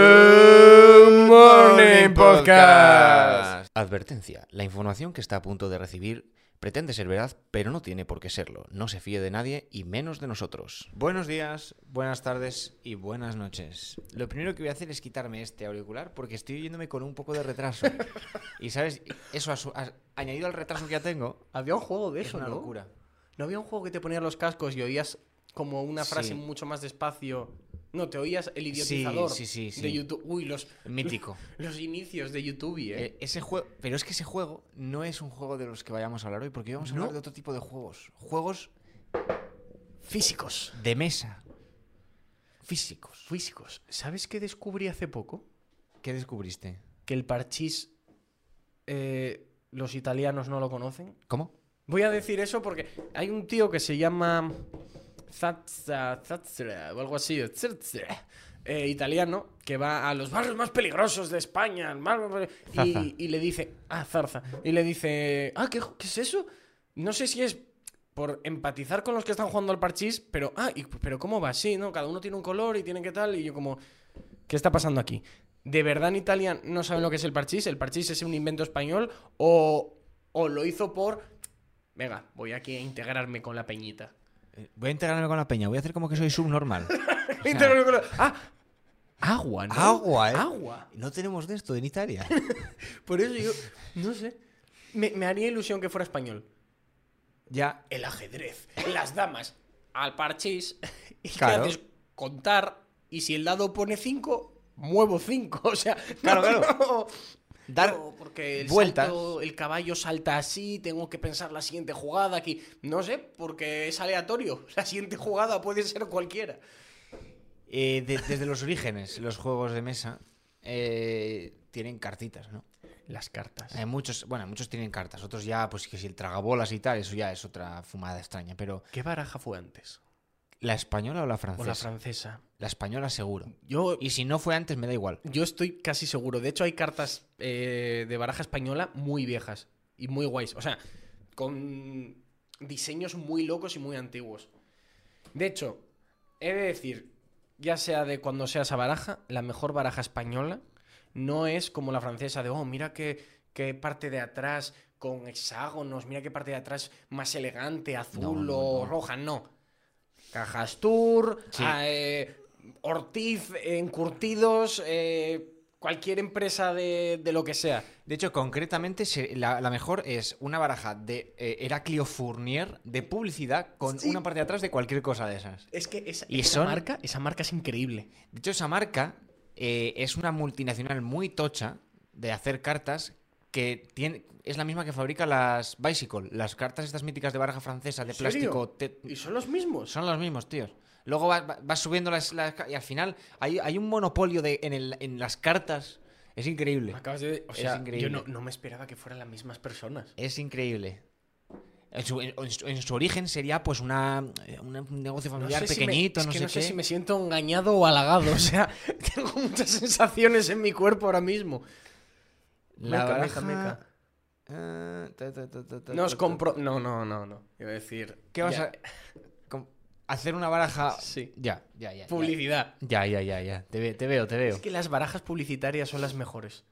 Good Morning Podcast. Advertencia, la información que está a punto de recibir pretende ser verdad, pero no tiene por qué serlo. No se fíe de nadie y menos de nosotros. Buenos días, buenas tardes y buenas noches. Lo primero que voy a hacer es quitarme este auricular porque estoy yéndome con un poco de retraso. y sabes, eso a su- a- añadido al retraso que ya tengo, Había un juego de es eso, una ¿no? locura. ¿No había un juego que te ponías los cascos y oías como una frase Sí. mucho más despacio? No, te oías el idiotizador sí, sí, sí. de YouTube. Uy, los, Mítico. los inicios de YouTube, ¿eh? Eh, ese juego, pero es que ese juego no es un juego de los que vayamos a hablar hoy, porque hoy vamos a hablar No. de otro tipo de juegos, juegos Físicos. de mesa, físicos. Físicos. ¿Sabes qué descubrí hace poco? ¿Qué descubriste? Que el parchís eh, los italianos no lo conocen. ¿Cómo? Voy a decir eso porque hay un tío que se llama Zatza, Zazzera, o algo así, Zazzera, eh, italiano, que va a los barrios más peligrosos de España, el más- Zarza. y, y le dice, ah, Zarza, y le dice, ah, ¿qué, qué es eso? No sé si es por empatizar con los que están jugando al parchís, pero, ah, y- pero ¿cómo va? Sí, ¿no? Cada uno tiene un color y tienen que tal, y yo como, ¿Qué está pasando aquí? ¿De verdad en Italia no saben lo que es el parchís? ¿El parchís es un invento español? ¿O, o lo hizo por... Venga, voy aquí a integrarme con la peñita. Eh, Voy a integrarme con la peña, voy a hacer como que soy subnormal. O sea, Integrarme con la- ¡Ah! Agua, ¿no? Agua, ¿eh? Agua. no tenemos de esto en Italia. Por eso yo... No sé. Me, me haría ilusión que fuera español. ya, El ajedrez, las damas, al parchís... Y qué Claro. haces? Contar. Y si el dado pone 5, muevo 5. O sea... Claro, no, claro. no. dar No, porque el vueltas. salto- el caballo salta así, tengo que pensar la siguiente jugada aquí. No sé, porque es aleatorio. La siguiente jugada puede ser cualquiera. eh, de- desde los orígenes, los juegos de mesa eh, tienen cartitas, ¿no? Las cartas. Hay muchos, bueno, muchos tienen cartas, otros ya, pues que si el tragabolas y tal, eso ya es otra fumada extraña. Pero ¿Qué baraja fue antes? la española o la O francesa, la francesa. la española seguro. Yo, Y si no fue antes me da igual. yo estoy casi seguro. De hecho, hay cartas eh, de baraja española muy viejas y muy guays. O sea, con diseños muy locos y muy antiguos. De hecho, he de decir, ya sea de cuando sea esa baraja, la mejor baraja española no es como la francesa de, oh, mira qué, qué parte de atrás con hexágonos, mira qué parte de atrás más elegante, azul No, no, o no. roja, no. Cajastur, Sí. a, eh, Ortiz, eh, encurtidos, eh, cualquier empresa de, de lo que sea. De hecho, concretamente, se- la, la mejor es una baraja de eh, Heraclio Fournier de publicidad con Sí. una parte de atrás de cualquier cosa de esas. Es que esa, Y esa son- marca, esa marca es increíble. De hecho, esa marca eh, es una multinacional muy tocha de hacer cartas que tiene, es la misma que fabrica las Bicycle, las cartas estas míticas de baraja francesa de ¿En serio? plástico. te- Y son los mismos. son los mismos, tíos. Luego va- va- vas subiendo las, las ca- y al final hay, hay un monopolio de, en, el- en las cartas. Es increíble. Me acabas de. O Es sea, yo increíble. Eh, no, no me esperaba que fueran las mismas personas. Es increíble. En su, en- en su- en su origen sería pues una, una- un negocio No familiar sé si me- pequeñito, es no que sé no sé qué. si me siento engañado o halagado. O sea, tengo muchas sensaciones en mi cuerpo ahora mismo. La Meca, baraja- meca, meca. Ah, ta, ta, ta, ta, ta, Nos ta, ta. compro. No, no, no, no. Iba a decir. ¿Qué vas ya, a com- hacer una baraja? Sí. Ya, ya, ya. ya. Publicidad. Ya, ya, ya, ya. Te, ve- te veo, te veo. Es que las barajas publicitarias son las mejores.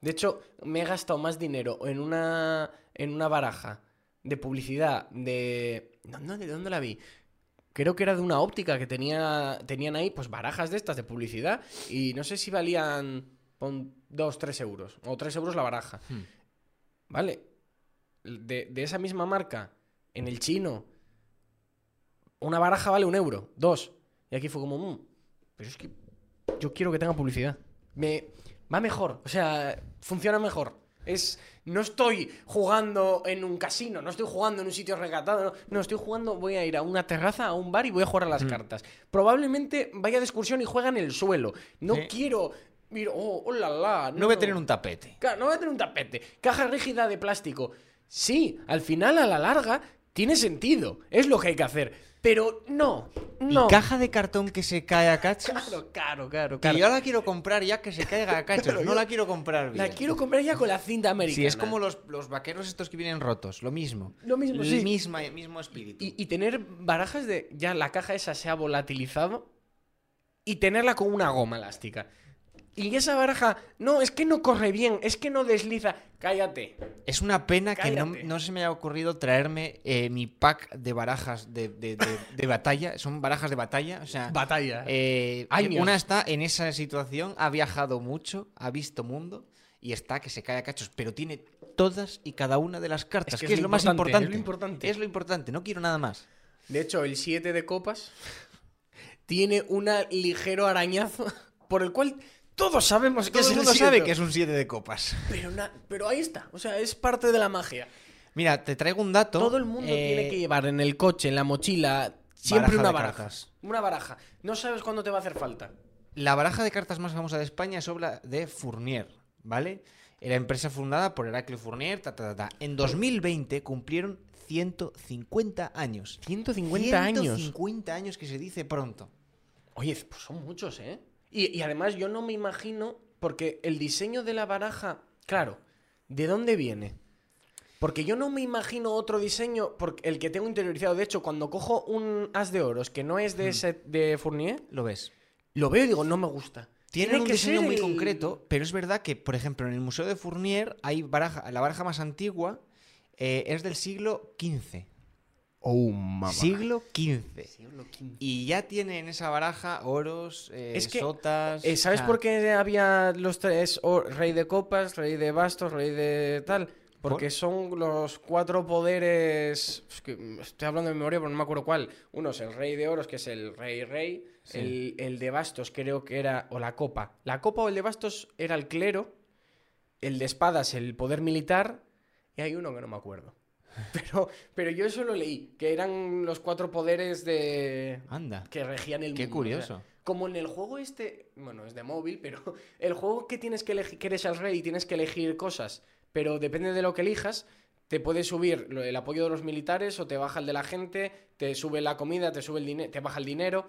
De hecho, me he gastado más dinero en una, en una baraja de publicidad de... No, no, ¿De dónde la vi? Creo que era de una óptica que tenía, tenían ahí pues barajas de estas de publicidad y no sé si valían 2, 3 euros o 3 euros la baraja. Hmm. ¿Vale? De, de esa misma marca, en el chino, una baraja vale un euro, dos. Y aquí fue como, "Mm, pero es que yo quiero que tenga publicidad. Me va mejor, o sea, funciona mejor. Es no estoy jugando en un casino, no estoy jugando en un sitio recatado, no, no estoy jugando, voy a ir a una terraza, a un bar y voy a jugar a las Mm. cartas. Probablemente vaya de excursión y juega en el suelo. No Sí. quiero ir, oh, oh la la. No voy a tener un tapete. Claro, no va a tener un tapete. Caja rígida de plástico. Sí, al final, a la larga, tiene sentido. Es lo que hay que hacer. Pero no, no. Y caja de cartón que se cae a cachos. Claro, claro, claro. Que claro. yo la quiero comprar ya que se caiga a cachos. Claro, no yo- la quiero comprar bien. La quiero comprar ya con la cinta americana. Sí, es como los, los vaqueros estos que vienen rotos. Lo mismo. Lo mismo, El sí. misma- mismo espíritu. Y, y tener barajas de. Ya la caja esa se ha volatilizado. y tenerla con una goma elástica. Y esa baraja, no, es que no corre bien, es que no desliza. Cállate. Es una pena que no, Cállate. no se me haya ocurrido traerme eh, mi pack de barajas de, de- de- de batalla. Son barajas de batalla. O sea, Batalla. eh, Años. una está en esa situación, ha viajado mucho, ha visto mundo y está que se cae a cachos, pero tiene todas y cada una de las cartas, Es que que, es es lo lo más importante, importante. es lo importante. Es lo importante, no quiero nada más. De hecho, el 7 de copas tiene un ligero arañazo por el cual todos sabemos que Todo es el mundo sabe que es un 7 de copas. Pero, na- pero ahí está, o sea, es parte de la magia. Mira, te traigo un dato. Todo el mundo eh, tiene que llevar en el coche, en la mochila, siempre Baraja una de baraja. cartas. Una baraja. No sabes cuándo te va a hacer falta. La baraja de cartas más famosa de España es obra de Fournier, ¿vale? Era empresa fundada por Heraclio Fournier, ta, ta, ta, ta. En 2020 cumplieron 150 años. 150 años. 150 años que se dice pronto. Oye, pues son muchos, ¿eh? Y, y además yo no me imagino, porque el diseño de la baraja, claro, ¿de dónde viene? Porque yo no me imagino otro diseño, porque el que tengo interiorizado, de hecho, cuando cojo un as de oros que no es Mm. de, ese, de Fournier, Lo ves. lo veo y digo, no me gusta. Tienen Tiene un que diseño ser muy el- concreto, pero es verdad que, por ejemplo, en el Museo de Fournier hay baraja, la baraja más antigua eh, es del siglo XV. Oh, mamá. Siglo XV. Siglo XV. Y ya tiene en esa baraja oros, eh, Es que, sotas. Eh, ¿Sabes o sea, por qué había los tres? o- rey de copas, rey de bastos, rey de tal. Porque ¿Por? son los cuatro poderes. es que, mm, estoy hablando de memoria, pero no me acuerdo cuál. Uno es el rey de oros, que es el rey rey. Sí. El, el de bastos, creo que era. O la copa. La copa o el de bastos era el clero. El de espadas, el poder militar. Y hay uno que no me acuerdo. Pero, pero yo eso lo leí, que eran los cuatro poderes de. Anda. que regían el mundo. Qué o sea, curioso. como en el juego este, bueno, es de móvil, pero el juego que tienes que elegir, que eres el rey y tienes que elegir cosas, pero depende de lo que elijas, te puede subir lo- el apoyo de los militares o te baja el de la gente, te sube la comida, te sube el dinero, te baja el dinero.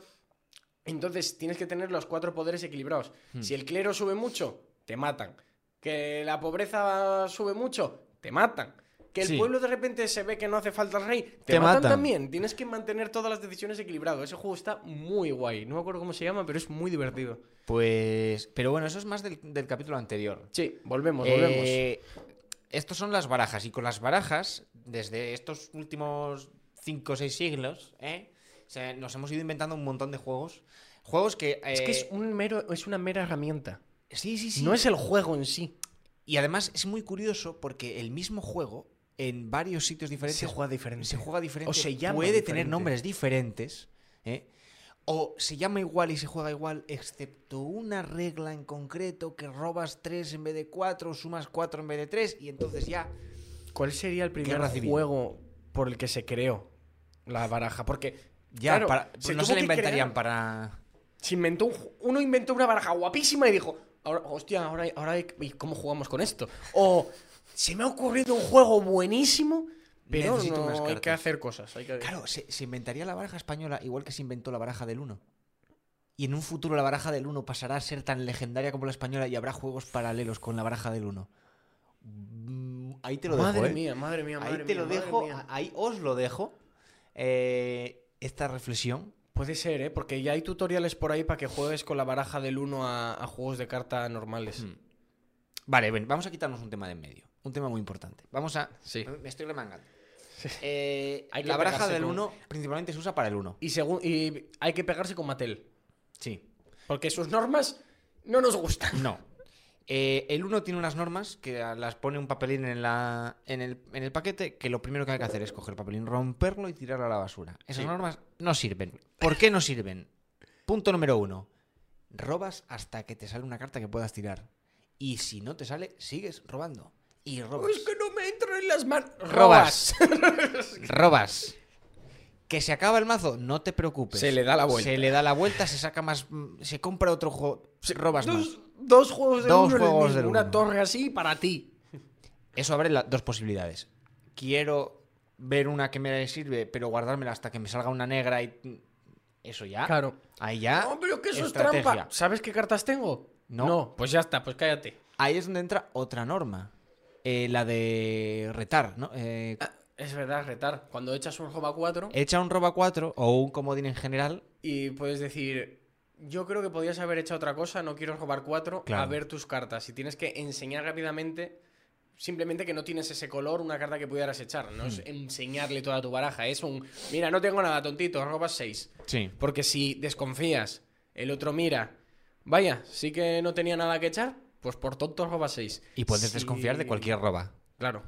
Entonces tienes que tener los cuatro poderes equilibrados. Hmm. Si el clero sube mucho, te matan. Que la pobreza sube mucho, te matan. Que el Sí. pueblo de repente se ve que no hace falta el rey, te, Te matan, matan. también. Tienes que mantener todas las decisiones equilibrado. Ese juego está muy guay. No me acuerdo cómo se llama, pero es muy divertido. Pues. Pero bueno, eso es más del, del capítulo anterior. Sí, volvemos, volvemos. Eh, estos son las barajas. Y con las barajas, desde estos últimos 5 o 6 siglos, ¿eh? O sea, nos hemos ido inventando un montón de juegos. Juegos que. es que eh, es, un mero, es una mera herramienta. Sí, sí, sí. No es el juego en sí. Y además es muy curioso porque el mismo juego, en varios sitios diferentes, Se juega diferente. se juega diferente, O se llama puede tener diferente. nombres diferentes, ¿eh? o se llama igual y se juega igual, excepto una regla en concreto que robas 3 en vez de 4, sumas 4 en vez de 3, y entonces ya. ¿Cuál sería el primer Guerra Civil. juego por el que se creó la baraja? Porque Ya, claro, para- pues no tuvo se la que inventarían crear. para. Se inventó un ju- uno inventó una baraja guapísima y dijo, ahora, hostia, ahora, ahora hay- ¿y cómo jugamos con esto? O se me ha ocurrido un juego buenísimo, pero Necesito no, unas hay que cartas". hacer cosas. hay que- Claro, se, se inventaría la baraja española igual que se inventó la baraja del 1. Y en un futuro la baraja del 1 pasará a ser tan legendaria como la española y habrá juegos paralelos con la baraja del 1. Mm, Ahí te lo madre dejo. ¿eh? mía, madre mía, madre ahí te mía, lo madre dejo, mía. a- ahí os lo dejo. eh, esta reflexión. Puede ser, ¿eh? Porque ya hay tutoriales por ahí para que juegues con la baraja del 1 a, a juegos de carta normales. Hmm. Vale, ven, vamos a quitarnos un tema de en medio. Un tema muy importante. Vamos a. Sí. Me estoy remangando. Eh, Hay que la baraja pegarse del con- 1 principalmente se usa para el 1. Y, según, y hay que pegarse con Mattel. Sí. Porque sus normas no nos gustan. No. Eh, el 1 tiene unas normas que a- las pone un papelín en, la, en, el, en el paquete que lo primero que hay que hacer es coger el papelín, romperlo y tirarlo a la basura. Esas Sí. normas no sirven. ¿Por qué no sirven? Punto número uno. Robas hasta que te sale una carta que puedas tirar. Y si no te sale, sigues robando. Y robas. Es que no me entran en las manos. Robas. Robas. Que se acaba el mazo, no te preocupes. Se le da la vuelta. Se le da la vuelta, se saca más. mm, Se compra otro juego. Robas más. Dos, dos juegos de Dos uno en el juegos mismo, del Una uno. torre así para ti. Eso abre la- dos posibilidades. Quiero ver una que me sirve, pero guardármela hasta que me salga una negra y. Eso ya. Claro. Ahí ya. No, pero que eso es Ah, estrategia. trampa. ¿Sabes qué cartas tengo? No. Pues ya está, pues cállate. Ahí es donde entra otra norma. Eh, la de retar, ¿no? Eh, Ah, Es verdad, retar. Cuando echas un Jova 4 echa un roba 4 o un comodín en general. y puedes decir, Yo creo que podías haber hecho otra cosa, no quiero robar cuatro, a Claro. ver tus cartas. Y tienes que enseñar rápidamente, simplemente que no tienes ese color, una carta que pudieras echar. No Hmm. es enseñarle toda tu baraja, es un, mira, no tengo nada, tontito, robas seis. Sí. Porque si desconfías, el otro mira, vaya, sí que no tenía nada que echar, pues por tonto robas seis. Y puedes Si- desconfiar de cualquier roba. Claro.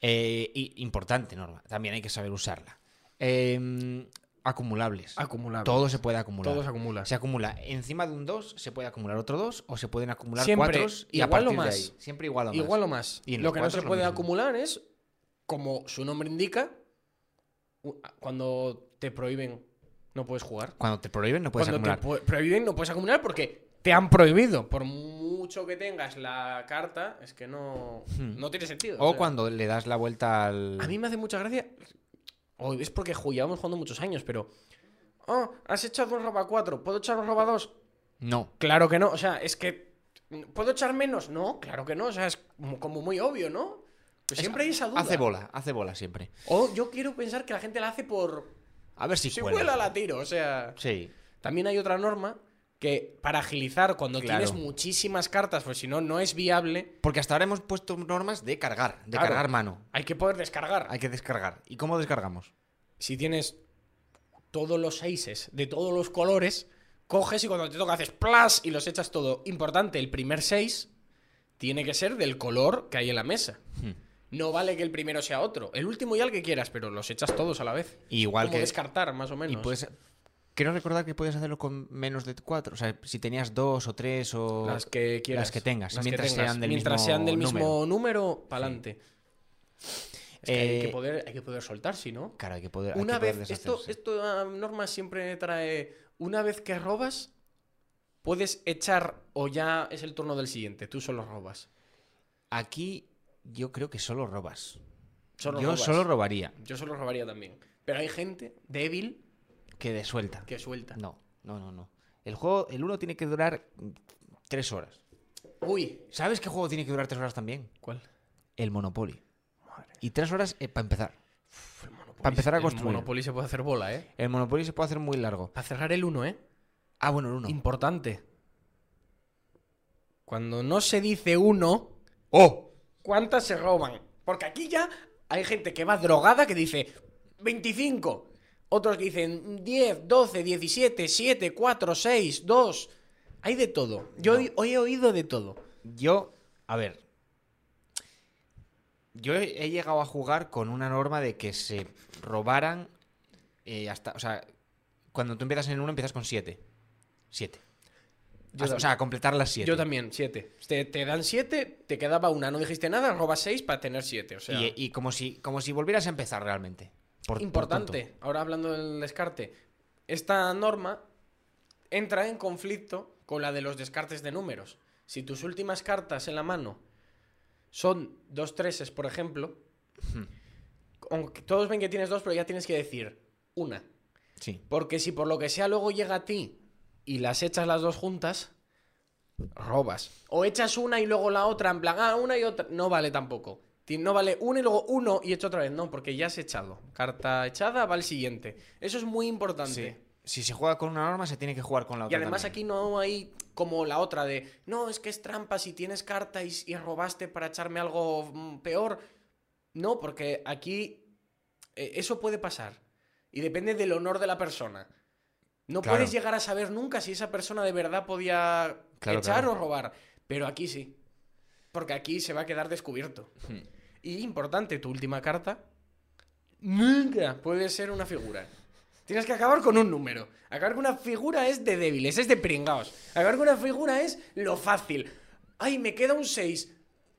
Eh, y importante, Norma. También hay que saber usarla. Eh, acumulables. Acumulable. Todo se puede acumular. Todo se acumula. Se acumula encima de un 2, se puede acumular otro 2 o se pueden acumular Siempre 4 y a igual o partir de más. ahí. Siempre igual o más. Igual o más. Y en lo los que no cuatro se es lo puede mismo. acumular es, como su nombre indica, u- cuando te prohíben no puedes jugar. Cuando te prohíben no puedes cuando acumular. te pu- prohíben no puedes acumular porque te han prohibido. Por mucho que tengas la carta, es que no, Hmm. no tiene sentido. O sea, cuando le das la vuelta al... A mí me hace mucha gracia... O es porque ju- llevamos jugando muchos años, pero... Oh, has echado un roba 4, ¿puedo echar un roba 2? No. Claro que no, o sea, es que. ¿Puedo echar menos? No, claro que no, o sea, es como- como muy obvio, ¿no? Pues Es- siempre hay esa duda. Hace bola, hace bola siempre. O yo quiero pensar que la gente la hace por. A ver si, Si cuela la tiro, o sea. Sí. También hay otra norma que para agilizar cuando Claro. tienes muchísimas cartas, pues si no, no es viable, Porque hasta ahora hemos puesto normas de cargar, de Claro. cargar mano. hay que poder descargar. Hay que descargar. ¿Y cómo descargamos? Si tienes todos los seises de todos los colores, coges y cuando te toca haces plas y los echas todo. Importante, el primer seis tiene que ser del color que hay en la mesa. Hmm. No vale que el primero sea otro. El último ya el que quieras, pero los echas todos a la vez. Y Igual Como que... descartar, más o Y menos. puedes... Quiero recordar que puedes hacerlo con menos de cuatro. O sea, si tenías dos o tres o... las que quieras. las que tengas, mientras sean del Mientras mismo sean del mismo número, pa'lante. Es que hay, que Eh, poder, hay que poder soltar, si no. Claro, hay que poder... hay Una que poder vez, esto, deshacerse. esto ah, norma siempre trae. Una vez que robas, puedes echar o ya es el turno del siguiente. Tú solo robas. Aquí yo creo que solo robas. Solo yo robas. solo robaría. Yo solo robaría también. Pero hay gente débil Que de suelta. que suelta. No, no, no, no. El juego, el uno tiene que durar mm, tres horas. Uy. ¿Sabes qué juego tiene que durar tres horas también? ¿Cuál? El Monopoly. Madre. Y tres horas para empezar. Uf, el Monopoly Para empezar a se- construir. El Monopoly se puede hacer bola, ¿eh? El Monopoly se puede hacer muy largo. Para cerrar el 1, ¿eh? Ah, bueno, el uno. Importante. Cuando no se dice uno, ¡Oh! ¿cuántas se roban? Porque aquí ya hay gente que va drogada que dice 25. Otros que dicen 10, 12, 17, 7, 4, 6, 2. Hay de todo. Yo hoy- hoy he oído de todo. Yo, a ver. Yo he he llegado a jugar con una norma de que se robaran eh, hasta. O sea, cuando tú empiezas en uno, empiezas con siete. Siete. Yo Hasta- o tam- sea, a completar las siete. Yo también, 7. Te, te dan 7, te quedaba una, no dijiste nada, robas 6 para tener 7. O sea, Y, y como, si, como si volvieras a empezar realmente. Por- por Importante, tonto. ahora hablando del descarte, esta norma entra en conflicto con la de los descartes de números. Si tus últimas cartas en la mano son dos treses, por ejemplo, Hmm. aunque todos ven que tienes dos, pero ya tienes que decir una. Sí. Porque si por lo que sea luego llega a ti y las echas las dos juntas, robas. O echas una y luego la otra, en plan, ah, una y otra. No vale tampoco. Ti- No vale una y luego uno y hecho otra vez. No, porque ya has echado. Carta echada va al siguiente. Eso es muy importante. Sí. Si se juega con una norma, se tiene que jugar con la Y otra. además también. aquí no hay como la otra de, no, es que es trampa si tienes carta y, y robaste para echarme algo mm, peor. No, porque aquí eh, eso puede pasar. Y depende del honor de la persona. No Claro. puedes llegar a saber nunca si esa persona de verdad podía Claro, echar claro. o robar. Pero aquí sí. Porque aquí se va a quedar descubierto. Hmm. Y importante, tu última carta nunca puede ser una figura. Tienes que acabar con un número. Acabar con una figura es de débiles, es de pringaos. Acabar con una figura es lo fácil. Ay, me queda un 6.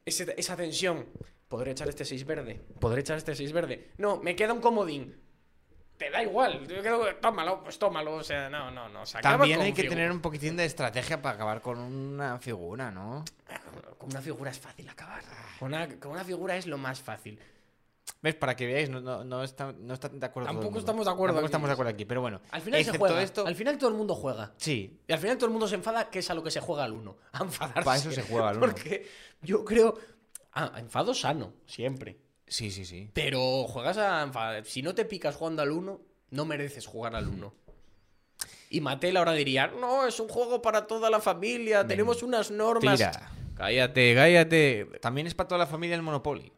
Ese- esa tensión. ¿Podré echar este 6 verde? ¿Podré echar este 6 verde? No, me queda un comodín. Te da igual. Yo creo- Tómalo, pues tómalo. O sea, no, no, no. se acaba También con hay que figuras. tener un poquitín de estrategia para acabar con una figura, ¿no? Con una figura es fácil acabar. Con una, con una figura es lo más fácil. ¿Ves? Para que veáis, no, no, no está, no está de acuerdo. todo el Tampoco mundo. estamos de acuerdo Tampoco aquí. estamos de acuerdo aquí, pero bueno. Al final se excepto juega. esto- Al final todo el mundo juega. Sí, Y al final todo el mundo se enfada, que es a lo que se juega al uno. A enfadarse. Pa' eso se juega al uno. Porque yo creo. Ah, a enfado sano, siempre. sí, sí, sí. Pero juegas a enfadar. Si no te picas jugando al uno, no mereces jugar al uno. Y Mattel ahora diría, no, es un juego para toda la familia, Ven, tenemos unas normas. Tira. Cállate, cállate. También es para toda la familia el Monopoly.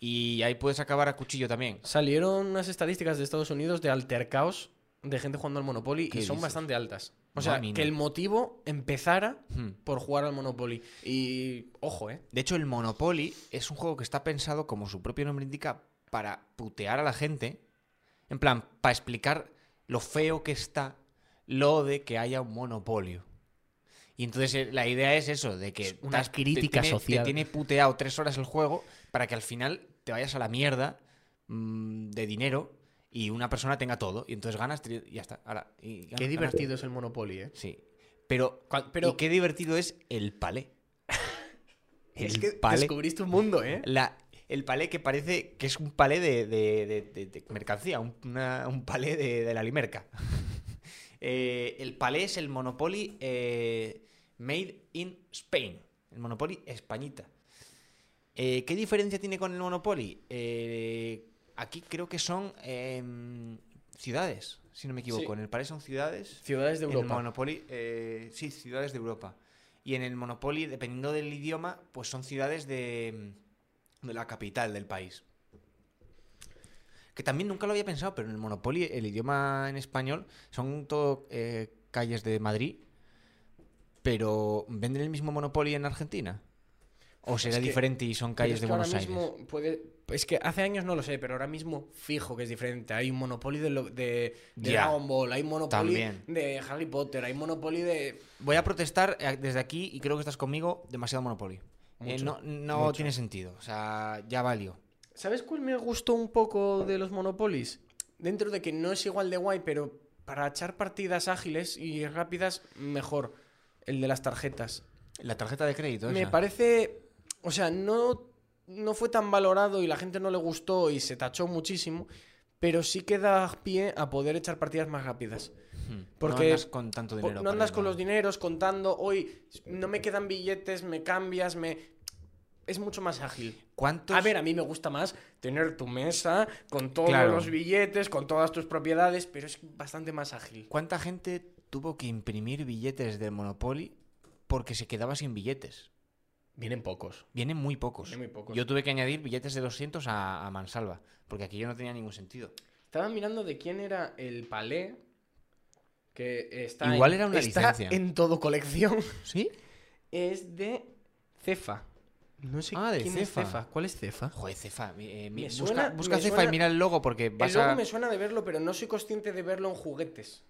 Y ahí puedes acabar a cuchillo también. Salieron unas estadísticas de Estados Unidos de altercaos de gente jugando al Monopoly ¿Qué y son dices? bastante altas. O sea, Mamina. que el motivo empezara Hmm. por jugar al Monopoly. Y ojo, ¿eh? De hecho, el Monopoly es un juego que está pensado, como su propio nombre indica, para putear a la gente. En plan, para explicar lo feo que está lo de que haya un monopolio. Y entonces eh, la idea es eso, de que Es una te has- te crítica tiene- social. Te tiene puteado tres horas el juego para que al final te vayas a la mierda mm, de dinero y una persona tenga todo. Y entonces ganas tri- y ya está. Ahora, y ganas- Qué ganas- divertido es el Monopoly, ¿eh? Sí. Pero, Cuan- pero... pero- qué divertido es el palé. es que descubriste un mundo, ¿eh? La- el palé que parece que es un palé de, de- de- de- de mercancía, un, una- un palé de, de la limerca. Eh, el palé es el Monopoly eh, Made in Spain. El Monopoly Españita. Eh, ¿Qué diferencia tiene con el Monopoly? Eh, aquí creo que son em, ciudades, si no me equivoco. Sí. En el palé son ciudades. Ciudades de En el Europa. Monopoly, eh, sí, ciudades de Europa. Y en el Monopoly, dependiendo del idioma, pues son ciudades de, mm, de la capital del país. Que también nunca lo había pensado, pero en el Monopoly, el idioma en español, son todo eh, calles de Madrid. Pero ¿venden el mismo Monopoly en Argentina? ¿O será Es que- diferente y son Pero calles es de que ahora Buenos Aires? mismo puede- Es que hace años no lo sé, pero ahora mismo fijo que es diferente. Hay un Monopoly de, lo- de- de Ya. Dragon Ball, hay un Monopoly También. de Harry Potter, hay un Monopoly de... Voy a protestar eh, desde aquí y creo que estás conmigo demasiado Monopoly. Eh, Mucho, no no mucho. tiene sentido. O sea, ya valió. ¿Sabes cuál me gustó un poco de los Monopolies? Dentro de que no es igual de guay, pero para echar partidas ágiles y rápidas, mejor. El de las tarjetas. La tarjeta de crédito, Me esa. parece. O sea, no, no fue tan valorado y la gente no le gustó y se tachó muchísimo. Pero sí que da pie a poder echar partidas más rápidas. Hmm. Porque- no andas con tanto Po- dinero. No andas perdido. con los dineros contando, hoy no me quedan billetes, me cambias, me. Es mucho más ágil. ¿Cuántos? A ver, a mí me gusta más tener tu mesa con todos Claro. los billetes, con todas tus propiedades, pero es bastante más ágil. ¿Cuánta gente tuvo que imprimir billetes del Monopoly porque se quedaba sin billetes? Vienen pocos. Vienen muy pocos. Vienen muy pocos. Yo tuve que añadir billetes de 200 a, a mansalva, porque aquí yo no tenía ningún sentido. Estaba mirando de quién era el palé que está Igual en, era una está licencia. en todo colección. ¿Sí? Es de Cefa. No sé Ah, de quién Cefa. es Cefa. ¿Cuál es Cefa? Joder, Cefa. mi- eh, mi- Me busca suena- busca me Cefa y suena- mira el logo porque vas El logo a. me suena de verlo, pero no soy consciente de verlo en juguetes.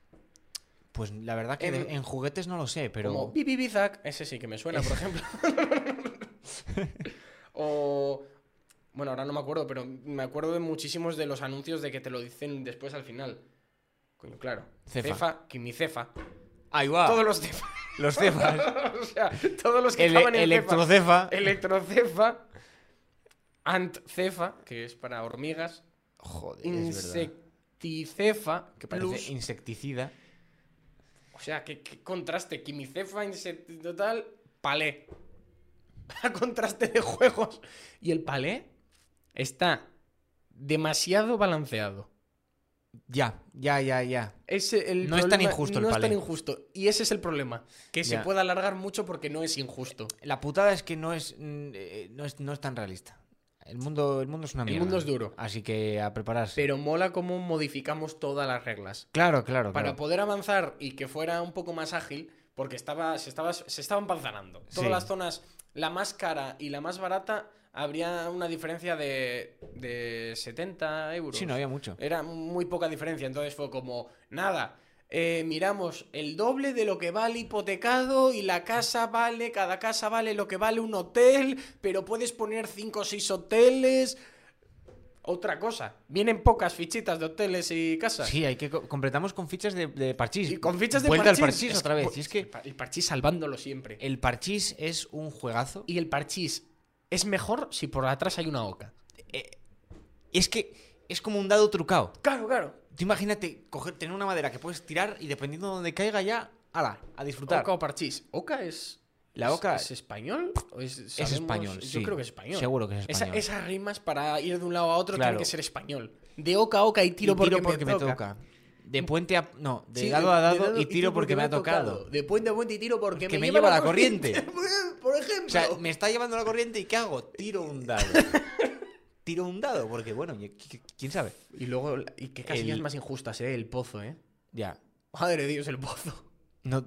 Pues la verdad que de- en, Em, juguetes no lo sé, pero. Como Bibi Bizak, ese sí que me suena, por ejemplo. o. Bueno, ahora no me acuerdo, pero me acuerdo de muchísimos de los anuncios de que te lo dicen después al final. Coño, claro. Cefa. Cefa, Ah. quimicefa. Ahí va. Todos los cefas. Los cefas. o sea, todos los que Ele- acaban en cefa. electrocefa. Electrocefa. Antcefa, que es para hormigas. Joder, es verdad. Insecticefa. Que parece plus. insecticida. O sea, qué, qué contraste. Quimicefa, insect total, palé. A contraste de juegos. Y el palé está demasiado balanceado. Ya, ya, ya, ya. Ese, el No es tan problema- injusto el no palé. es tan injusto. Y ese es el problema. Que se Ya. puede alargar mucho porque no es injusto. La putada es que no es, mm, eh, no es, no es tan realista. El mundo, el mundo es una El mierda. mundo es duro. Así que a prepararse. Pero mola cómo modificamos todas las reglas. Claro, claro, Para claro. poder avanzar y que fuera un poco más ágil, porque estaba, se, estaba, se estaba empanzanando. Sí. Todas las zonas, la más cara y la más barata, habría una diferencia de, de 70 euros. Sí, no había mucho. Era muy poca diferencia, entonces fue como, nada, eh, miramos el doble de lo que vale hipotecado y la casa vale, cada casa vale lo que vale un hotel, pero puedes poner 5 o 6 hoteles. Otra cosa, vienen pocas fichitas de hoteles y casas. Sí, hay que co- completamos con fichas de, de parchís. Y con fichas de Vuelta al parchís parchís. Es que otra vez. pu- Y es que Eh, el par- el parchís salvándolo siempre. el parchís es un juegazo. Y el parchís es mejor si por atrás hay una oca. Eh, es que es como un dado trucado. Claro, claro. Tú imagínate coger, tener una madera que puedes tirar y dependiendo de donde caiga ya, ala, a disfrutar. Oca o parchís. Oca es. La oca- ¿Es, es español? ¿O es, es sabemos- español. Yo sí. creo que es español. Seguro que es Esa- español. esas rimas para ir de un lado a otro Claro. tienen que ser español. De oca a oca y tiro, Y porque, me, me toca. toca. de puente a. No, de Sí, dado a dado, dado y tiro porque me ha tocado. De puente a puente y tiro porque Porque me, me lleva, lleva la la corriente. corriente. Por ejemplo. O sea, me está llevando la corriente y ¿qué hago? Tiro un dado. Tiro un dado, porque bueno, yo- qui- qui- quién sabe. Y luego, y qué casillas El- más injustas, ¿eh? El pozo, ¿eh? Ya. Madre de Dios, el pozo. No,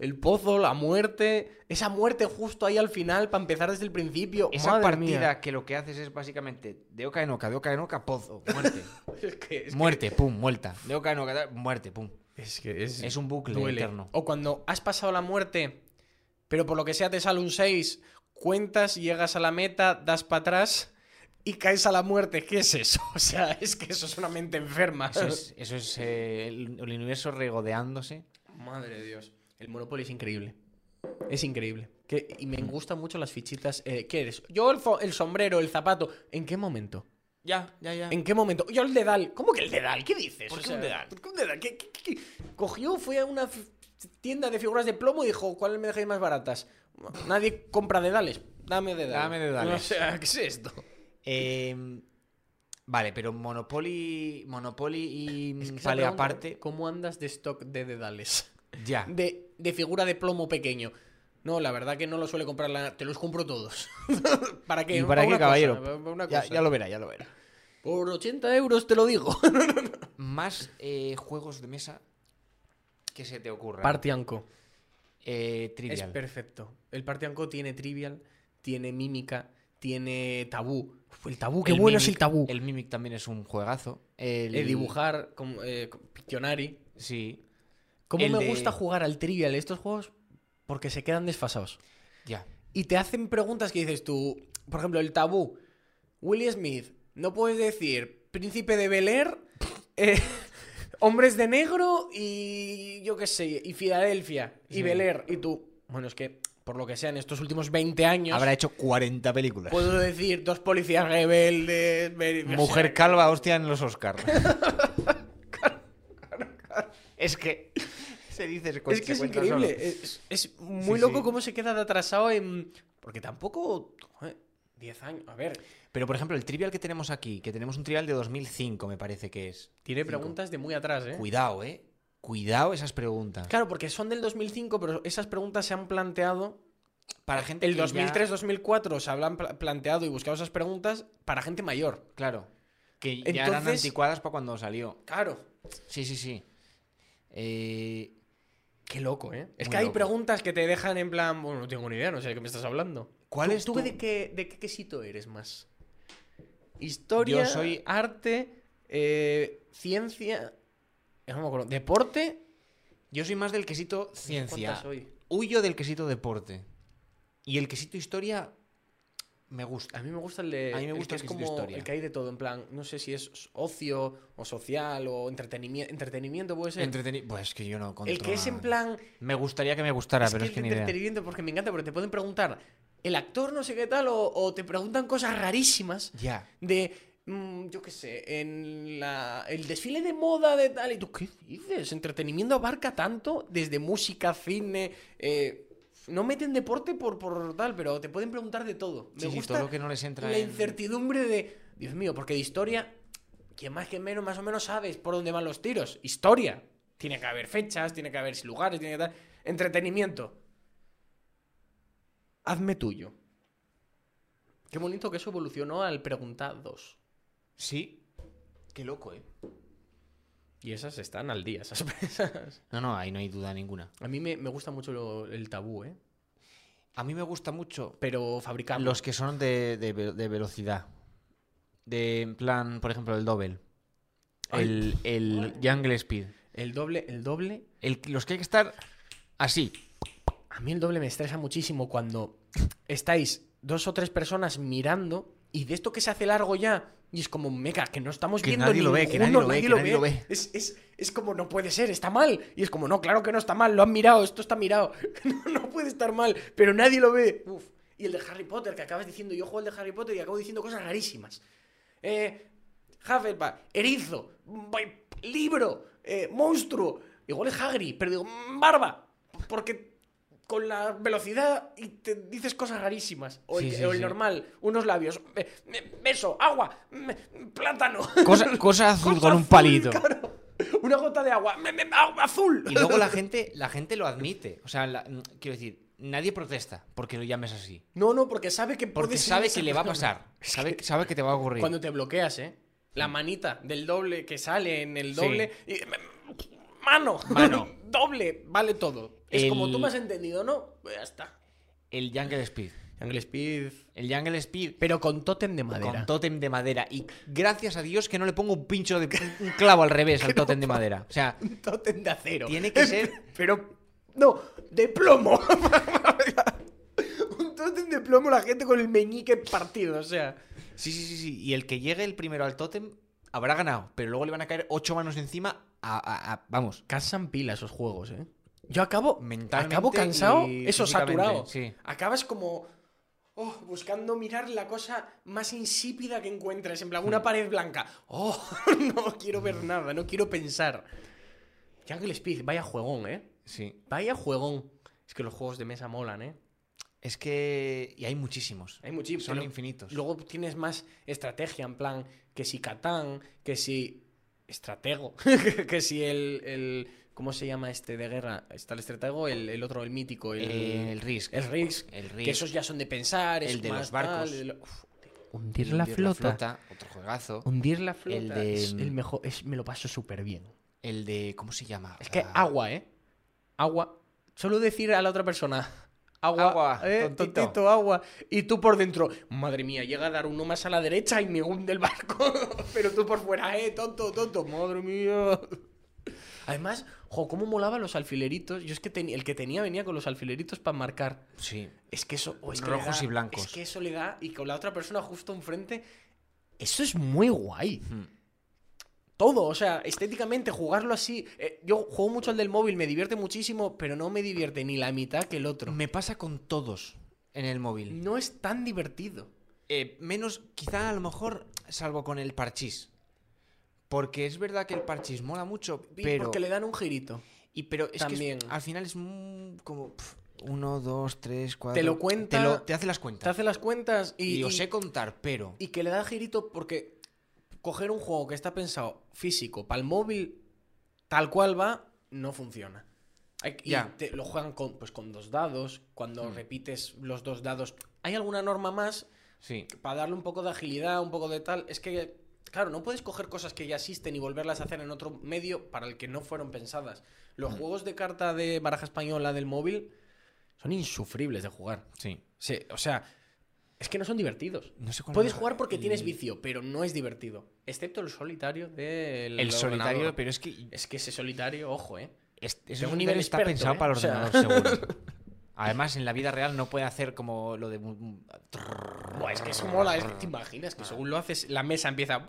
El pozo, la muerte. Esa muerte justo ahí al final para empezar desde el principio. esa Madre partida mía. que lo que haces es básicamente de oca en oca, de oca en oca, pozo, muerte. Es que es, muerte, pum, muerta. De oca en oca, da- muerte, pum. es que es, Es un bucle duele. eterno. O cuando has pasado la muerte, pero por lo que sea te sale un 6, cuentas, llegas a la meta, das para atrás y caes a la muerte. ¿Qué es eso? O sea, es que eso es una mente enferma. Eso es, eso es eh, el, el universo regodeándose. Madre de Dios. El Monopoly es increíble. Es increíble. Que- y me gustan mucho las fichitas. eh, ¿Qué eres? Yo el, fo- el sombrero, el zapato. ¿En qué momento? Ya, ya, ya. ¿En qué momento? Yo el dedal. ¿Cómo que el dedal? ¿Qué dices? ¿Por O qué un sea, dedal? ¿por qué un dedal? ¿Qué- qué- qué- qué? Cogió, fue a una f- tienda de figuras de plomo y dijo, ¿cuáles me dejáis más baratas? Nadie compra dedales. Dame dedales. Dame dedales. O sea, ¿qué es esto? Eh, vale, pero Monopoly, Monopoly y Es que esa Mm, Vale pregunta, aparte. ¿Cómo andas de stock de dedales? Ya. De, de figura de plomo pequeño. No, la verdad que no lo suele comprar la... Te los compro todos. ¿Para qué? ¿Y para una qué, cosa, caballero? para una Ya, cosa. ya lo verá, ya lo verá. Por 80 euros te lo digo. Más eh, juegos de mesa que se te ocurran. Partianco. Eh, Es trivial. perfecto. El Partianco tiene trivial, tiene mímica, tiene tabú. Uf, el tabú, Uh, qué El bueno es Mimic- el tabú. El, El Mimic también es un juegazo. El, dibujar, como, eh, con Pictionary. Sí, Cómo El me de- gusta jugar al trivial estos juegos porque se quedan desfasados. ya. Y te hacen preguntas que dices tú. Por ejemplo, el tabú. Willie Smith, no puedes decir príncipe de Bel Air, eh, hombres de negro y yo qué sé, y Filadelfia, y Sí. Bel Air, y tú. Bueno, es que por lo que sea, en estos últimos 20 años. Habrá hecho 40 películas. Puedo decir dos policías rebeldes. ver- Mujer calva, hostia, en los Oscars. es que se dice o sea, Es que es increíble. Es, es muy Sí, loco sí. cómo se queda de atrasado en. Porque tampoco. joder, 10 años. A ver. Pero por ejemplo, el trivial que tenemos aquí, que tenemos un trivial de 2005, me parece que es. Tiene Cinco. preguntas de muy atrás, ¿eh? Cuidado, eh. Cuidado esas preguntas. Claro, porque son del 2005, pero esas preguntas se han planteado. Para gente El que ya- 2003-2004 se habrán pla- planteado y buscado esas preguntas para gente mayor. Claro. Que ya eran Entonces- anticuadas para cuando salió. Claro. Sí, sí, sí. Eh, Qué loco, ¿eh? Es Muy que hay loco. preguntas que te dejan en plan. Bueno, no tengo ni idea, no sé de qué me estás hablando. ¿Cuál ¿Tú- es ¿Tú tu- de qué, de qué quesito eres más? Historia, Yo soy- arte, eh, ciencia. eh, No me acuerdo. ¿Deporte? Yo soy más del quesito ciencia. ¿Cuántas soy? Huyo del quesito deporte. Y el quesito historia me gusta. A mí me gusta el de. A mí me el gusta que el es quesito como historia. el que hay de todo, en plan, no sé si es ocio o social o entretenimiento. Entretenimiento puede ser. Entreteni- Pues que yo no el que es en controlo. plan. Me gustaría que me gustara, es pero que es que el ni de idea. entretenimiento porque me encanta, porque te pueden preguntar el actor no sé qué tal o, o te preguntan cosas rarísimas. Ya. de mm, yo qué sé, en la, el desfile de moda de tal, y tú, ¿qué dices? Entretenimiento abarca tanto, desde música, cine, eh, no meten deporte por, por tal, pero te pueden preguntar de todo. Me Sí, sí, gusta todo lo que no les entra la en- incertidumbre de, Dios mío, porque de historia, que más que menos, más o menos sabes por dónde van los tiros. Historia. Tiene que haber fechas, tiene que haber lugares, tiene que tal. Entretenimiento. Hazme tuyo. Qué bonito que eso evolucionó al preguntar dos. Sí. Qué loco, ¿eh? Y esas están al día, esas presas. No, no, ahí no hay duda ninguna. A mí me, me gusta mucho lo- el tabú, ¿eh? A mí me gusta mucho Pero fabricamos. los que son de, de ve- de velocidad. De en plan, por ejemplo, el Double. Ay. El, el Jungle Speed. El doble, el doble. El- los que hay que estar así. A mí el doble me estresa muchísimo cuando estáis dos o tres personas mirando y de esto que se hace largo ya. Y es como, meca, que no estamos Que viendo nadie lo ve, que ninguno, nadie lo ve, que nadie lo ve. Es, es- es como, no puede ser, está mal. Y es como, no, claro que no está mal, lo han mirado, esto está mirado. No, no puede estar mal, pero nadie lo ve. Uf. Y el de Harry Potter, que acabas diciendo, yo juego el de Harry Potter y acabo diciendo cosas rarísimas. Eh, Hufflepuff, erizo, bai- libro, eh, monstruo. Igual es Hagrid, pero digo, "Mm, barba. Porque con la velocidad y te dices cosas rarísimas. O el, Sí, sí, o el sí. normal, unos labios, be- be- beso, agua, mm, plátano. Cosa, cosa azul Cosa con un azul, palito. claro. Una gota de agua. Me- me- agua azul. Y luego la gente, la gente lo admite. O sea, la- mm, quiero decir, nadie protesta porque lo llames así. No, no, porque sabe que puede Porque ser sabe esa que le va a persona. pasar. Sabe, sabe que te va a ocurrir. Cuando te bloqueas, ¿eh? La manita del doble que sale en el doble. y- Mano, Mano. doble, vale todo. Es El- como tú me has entendido, ¿no? Pues ya está. El Jungle Speed. Jungle Speed. El Jungle Speed Pero con tótem de madera. con tótem de madera. Y gracias a Dios que no le pongo un pincho de un- un clavo al revés al tótem de madera. O sea, Un tótem de acero. Tiene que ser- Pero. No, de plomo. un tótem de plomo, la gente con el meñique partido, o sea. sí, sí, sí, sí. Y el que llegue el primero al tótem habrá ganado. Pero luego le van a caer ocho manos encima a. a- a- vamos. Casan pila esos juegos, ¿eh? Yo acabo. Mentalmente acabo cansado, y eso, físicamente, saturado. sí. Acabas como. Oh, buscando mirar la cosa más insípida que encuentres. En plan, Hmm. una pared blanca. Oh, no quiero ver nada, no quiero pensar. Jungle Speed, vaya juegón, ¿eh? Sí. Vaya juegón. Es que los juegos de mesa molan, ¿eh? Es que. Y hay muchísimos. Hay muchísimos. Son Lo- infinitos. Eh, Luego tienes más estrategia, en plan, que si Catán, que si. Estratego. que si el, el- ¿Cómo se llama este de guerra? Está el estratego, el, el otro, el mítico, el. Eh, el Risk. el Risk. El Que Risk. esos ya son de pensar, es El de más los barcos. tal, el de lo- Uf, Hundir la flota. Otro juegazo. Hundir la flota. El de- es el mejor. es- me lo paso súper bien. El de. ¿Cómo se llama? Es que Ah, agua, ¿eh? Agua. Solo decir a la otra persona. Agua, Agua, eh, tontito. tontito, agua. Y tú por dentro, madre mía, llega a dar uno más a la derecha y me hunde el barco. Pero tú por fuera, eh, tonto, tonto, madre mía. Además, jo, cómo molaba los alfileritos. Yo es que teni- el que tenía venía con los alfileritos para marcar. Sí. Es que eso. o es que le Rojos da- y blancos. Es que eso le da. Y con la otra persona justo enfrente. Eso es muy guay Hmm. todo, o sea, estéticamente, jugarlo así. eh, yo juego mucho al del móvil, me divierte muchísimo, pero no me divierte ni la mitad que el otro. Me pasa con todos en el móvil. No es tan divertido. Eh, menos, quizá a lo mejor, salvo con el parchís. Porque es verdad que el parchís mola mucho, Y pero. Porque le dan un girito. Y pero es que es- También. al final es mm, como. pf, uno, dos, tres, cuatro. Te lo cuenta- Te, lo- te hace las Te cuentas. hace las cuentas Y, y. lo y- sé contar, pero. y que le da girito porque coger un juego que está pensado físico para el móvil tal cual va, no funciona. Hay- Y Ya. Mm. te- lo juegan con, pues, con dos dados. Cuando repites los dos dados, ¿hay alguna norma más? Sí. para darle un poco de agilidad, un poco de tal, es que, claro, no puedes coger cosas que ya existen y volverlas a hacer en otro medio para el que no fueron pensadas. Los Mm. juegos de carta de baraja española del móvil son insufribles de jugar. Sí. Se- o sea, es que no son divertidos. No sé cuál Puedes era jugar porque el- tienes vicio, pero no es divertido. Excepto el solitario del. El solitario, ordenador. pero es que. Es que ese solitario, ojo, ¿eh? Es, ese Tengo un solitario nivel está experto, pensado ¿eh? para el O sea- ordenador, seguro. Además, en la vida real no puede hacer como lo de. mu- Buah, es que eso mola, es que te imaginas que según lo haces, la mesa empieza.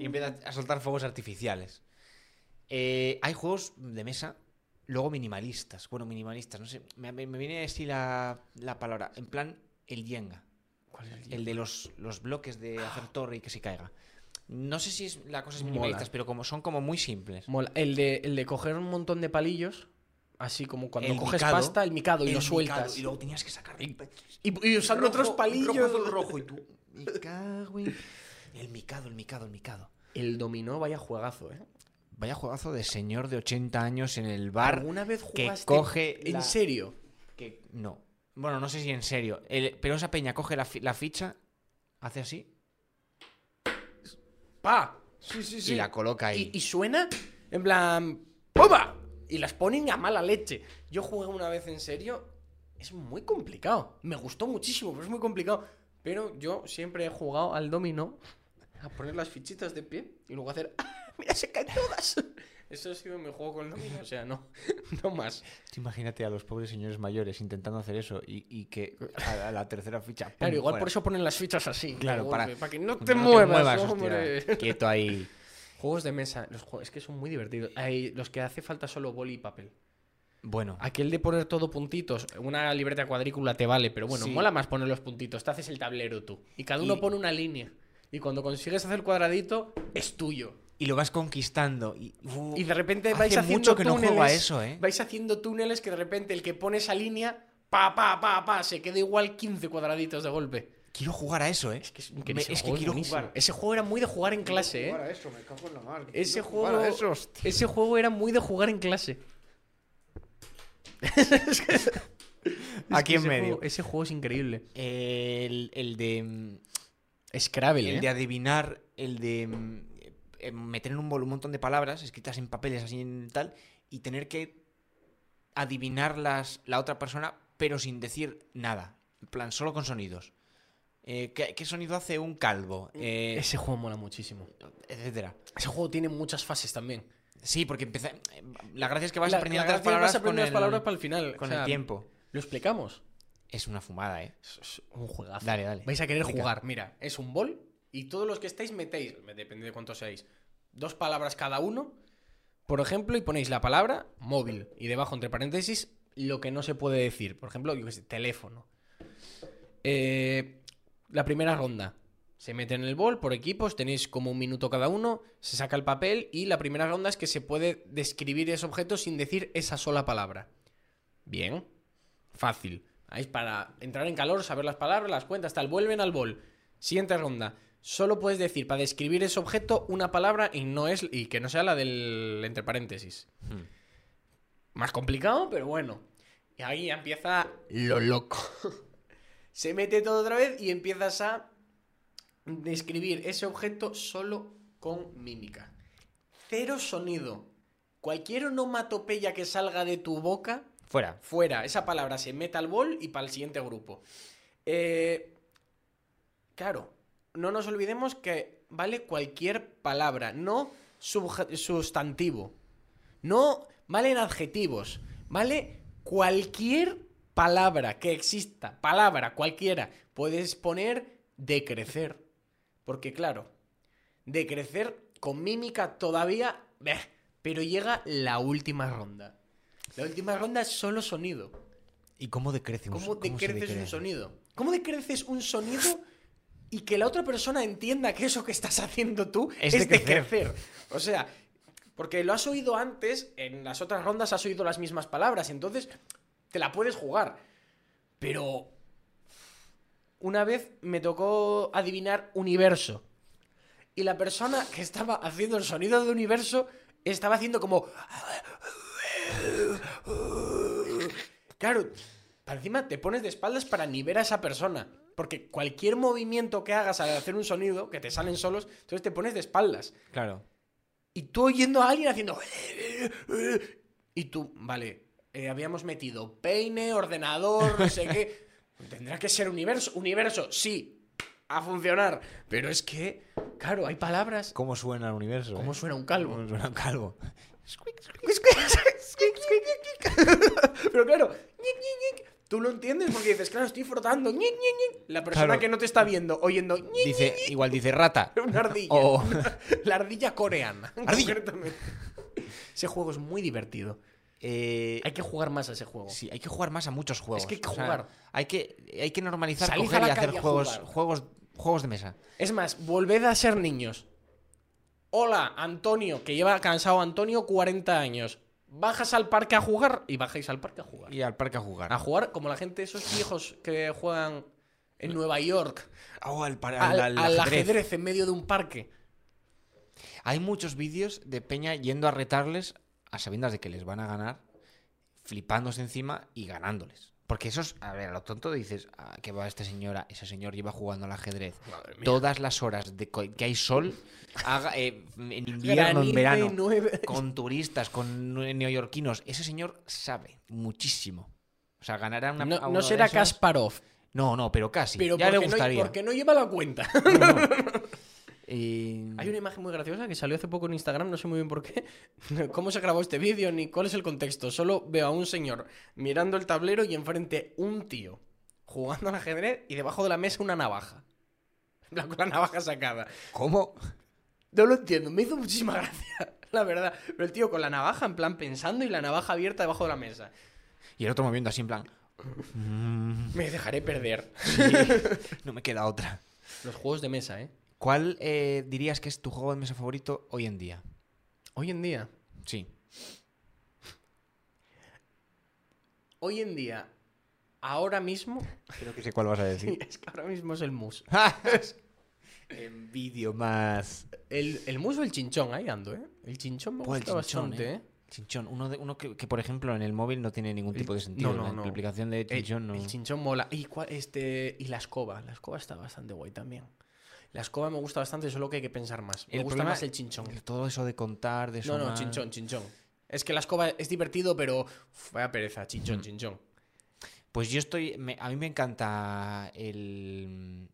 Y empieza a soltar fuegos artificiales. Eh, hay juegos de mesa, luego minimalistas. Bueno, minimalistas, no sé. Me, me- me viene así la, la palabra. En plan, el Jenga. ¿Cuál es el El de los, los bloques de Ah. hacer torre y que se caiga. No sé si es, la cosa es minimalista, Mola. pero como son como muy simples. Mola. El de, el de coger un montón de palillos, así como cuando El coges micado. pasta, el micado y El lo sueltas. picado, Y luego tenías que sacar. Y- y, y usando otros palillos. Rojo, azul, rojo, y tú. Me cago en- El micado, el micado, el micado. El dominó, vaya juegazo, ¿eh? Vaya juegazo de señor de 80 años en el bar. ¿Alguna vez que jugaste coge en la- serio? que no. Bueno, no sé si en serio. El- pero esa peña coge la, fi- la ficha, hace así ¡Pa! Sí, sí, y la coloca ahí. Y, y suena en plan. ¡Pumba! Y las ponen a mala leche. Yo jugué una vez en serio. Es muy complicado. Me gustó muchísimo, pero es muy complicado. Pero yo siempre he jugado al dominó a poner las fichitas de pie y luego hacer. ¡Ah! ¡Mira, se caen todas! Eso ha sido mi juego con el dominó. O sea, no, no más. Tú Imagínate a los pobres señores mayores intentando hacer eso y, y que a, a la tercera ficha. ¡pum! Claro, igual fuera. por eso ponen las fichas así. de Claro, para- golpe, que no te muevas, hostia. hombre. Quieto ahí. Juegos de mesa, los juegos, es que son muy divertidos. Hay los que hace falta solo boli y papel. Bueno, Aquel de poner todo puntitos, una libreta cuadrícula te vale, pero bueno, Sí. mola más poner los puntitos. Te haces el tablero tú. Y cada uno Y- pone una línea. Y cuando consigues hacer cuadradito, es tuyo. y lo vas conquistando. Y, Y de repente Hace vais haciendo mucho que no túneles. juego a eso, ¿eh? Vais haciendo túneles que de repente el que pone esa línea, pa, pa, pa, pa, se queda igual 15 cuadraditos de golpe. Quiero jugar a eso, ¿eh? Es que, es Me- ese es que juego quiero buenísimo. jugar. Ese juego era muy de jugar en clase, Jugar ¿eh? a eso, me cago en la mar. Ese Quiero jugar a juego, eso, hostia. ese juego era muy de jugar en clase. Aquí Es en que ese medio. juego- ese juego es increíble. El, el de. mm, Scrabble, El ¿eh? de adivinar, el de mm, eh, meter en un bol un montón de palabras escritas en papeles así en tal y tener que adivinarlas la otra persona pero sin decir nada, en plan solo con sonidos. Eh, ¿qué, qué sonido hace un calvo? Eh, Ese juego mola muchísimo. etcétera. Ese juego tiene muchas fases también. Sí, porque empieza, eh, la gracia es que vas La- aprendiendo la las gracia es que palabras vas con aprendiendo las el, palabras para el final. con o sea, el tiempo. ¿Lo explicamos? Es una fumada, ¿eh? Es- es un juegazo. Dale, dale. Vais a querer Explica. jugar. Mira, es un bol y todos los que estáis metéis, depende de cuántos seáis, dos palabras cada uno, por ejemplo, y ponéis la palabra móvil y debajo, entre paréntesis, lo que no se puede decir. Por ejemplo, yo qué sé, teléfono. Eh, la primera ronda. Se mete en el bol por equipos, tenéis como un minuto cada uno, se saca el papel y la primera ronda es que se puede describir ese objeto sin decir esa sola palabra. Bien, fácil. Ahí es para entrar en calor, saber las palabras, las cuentas, tal. Vuelven al bol. Siguiente ronda. Solo puedes decir para describir ese objeto una palabra y no es y que no sea la del entre paréntesis. Hmm. Más complicado, pero bueno. Y ahí ya empieza lo loco. Se mete todo otra vez y empiezas a describir ese objeto solo con mímica. Cero sonido. Cualquier onomatopeya que salga de tu boca Fuera. fuera esa palabra se meta al bol y para el siguiente grupo. Eh, claro, no nos olvidemos que vale cualquier palabra, no subje- sustantivo, no valen adjetivos, vale cualquier palabra que exista, palabra cualquiera, puedes poner decrecer, porque claro, decrecer con mímica todavía, beh, pero llega la última ronda. La última ronda es solo sonido. ¿Y cómo decrece un ¿Cómo se decreces un decrece? sonido? ¿Cómo decreces un sonido y que la otra persona entienda que eso que estás haciendo tú Es es, decrecer. decrecer? O sea, porque lo has oído antes, en las otras rondas has oído las mismas palabras, entonces te la puedes jugar. Pero una vez me tocó adivinar universo. Y la persona que estaba haciendo el sonido de universo estaba haciendo como... Claro, para encima te pones de espaldas para ni ver a esa persona. Porque cualquier movimiento que hagas al hacer un sonido, que te salen solos, entonces te pones de espaldas. Claro. Y tú oyendo a alguien haciendo... Y tú, vale, eh, habíamos metido peine, ordenador, no sé qué. Tendrá que ser universo. Universo, sí, a funcionar. Pero es que, claro, hay palabras. ¿Cómo suena el universo? ¿Cómo suena un calvo? ¿Cómo suena un calvo? Pero claro, ñic, ñic, ñic, tú lo entiendes porque dices, claro, estoy frotando. ñic, ñic, ñic. La persona Claro. que no te está viendo, oyendo ñic, Dice, igual dice rata. una ardilla. O- La ardilla coreana. Oh. Ardilla. concretamente. Ese juego es muy divertido. Eh, Hay que jugar más a ese juego. sí, hay que jugar más a muchos juegos. que hay que o sea, jugar. hay, que, hay que normalizar Salid coger a y la hacer calle a juegos, jugar. juegos, juegos de mesa. Es más, volved a ser niños. Hola, Antonio, que lleva cansado Antonio 40 años. Bajas al parque a jugar y bajáis al parque a jugar. Y al parque a jugar. A jugar como la gente, esos viejos que juegan en Nueva York Oh, al, par- al, al- al al ajedrez. ajedrez en medio de un parque. Hay muchos vídeos de Peña yendo a retarles a sabiendas de que les van a ganar, flipándose encima y ganándoles. Porque esos, a ver, a lo tonto dices, ah, que va esta señora, ese señor lleva jugando al ajedrez Madre mía. todas las horas de co- que hay sol, haga, eh, en invierno, en Granizo y verano, nueve- con turistas, con nue- neoyorquinos. Ese señor sabe muchísimo. O sea, ganará una. a No, uno no de será esos. Kasparov, No, no, pero casi. pero ya le porque, gustaría. No, porque no lleva la cuenta. Eh, Hay una imagen muy graciosa que salió hace poco en Instagram, no sé muy bien por qué. ¿Cómo se grabó este vídeo ni cuál es el contexto? Solo veo a un señor mirando el tablero y enfrente un tío jugando al ajedrez y debajo de la mesa una navaja. En plan, Con la navaja sacada. ¿Cómo? No lo entiendo, me hizo muchísima gracia, la verdad. Pero el tío con la navaja, en plan pensando y la navaja abierta debajo de la mesa. Y el otro moviendo así en plan. "Mm, Me dejaré perder. sí, no me queda otra. Los juegos de mesa, ¿eh? ¿Cuál eh, dirías que es tu juego de mesa favorito hoy en día? Hoy en día. Sí. Hoy en día. Ahora mismo. Creo que sé cuál vas a decir. Es que ahora mismo es el mus. Envidio más. El, el mus o el chinchón, ahí ando, ¿eh? El chinchón me Buah, el gusta chinchón, bastante, eh. ¿eh? Chinchón, uno, de, uno que, que, por ejemplo en el móvil no tiene ningún El- tipo de sentido. no, no, la no. aplicación de El, chinchón no. el chinchón mola. Y, cuál- este, y la escoba. La escoba está bastante guay también. La escoba me gusta bastante, solo que hay que pensar más. Me El gusta problema- más el chinchón. Todo eso de contar, de No, sumar. no, chinchón, chinchón. Es que la escoba es divertido, pero uf, vaya pereza, chinchón, Mm. chinchón. Pues yo estoy. me- a mí me encanta el.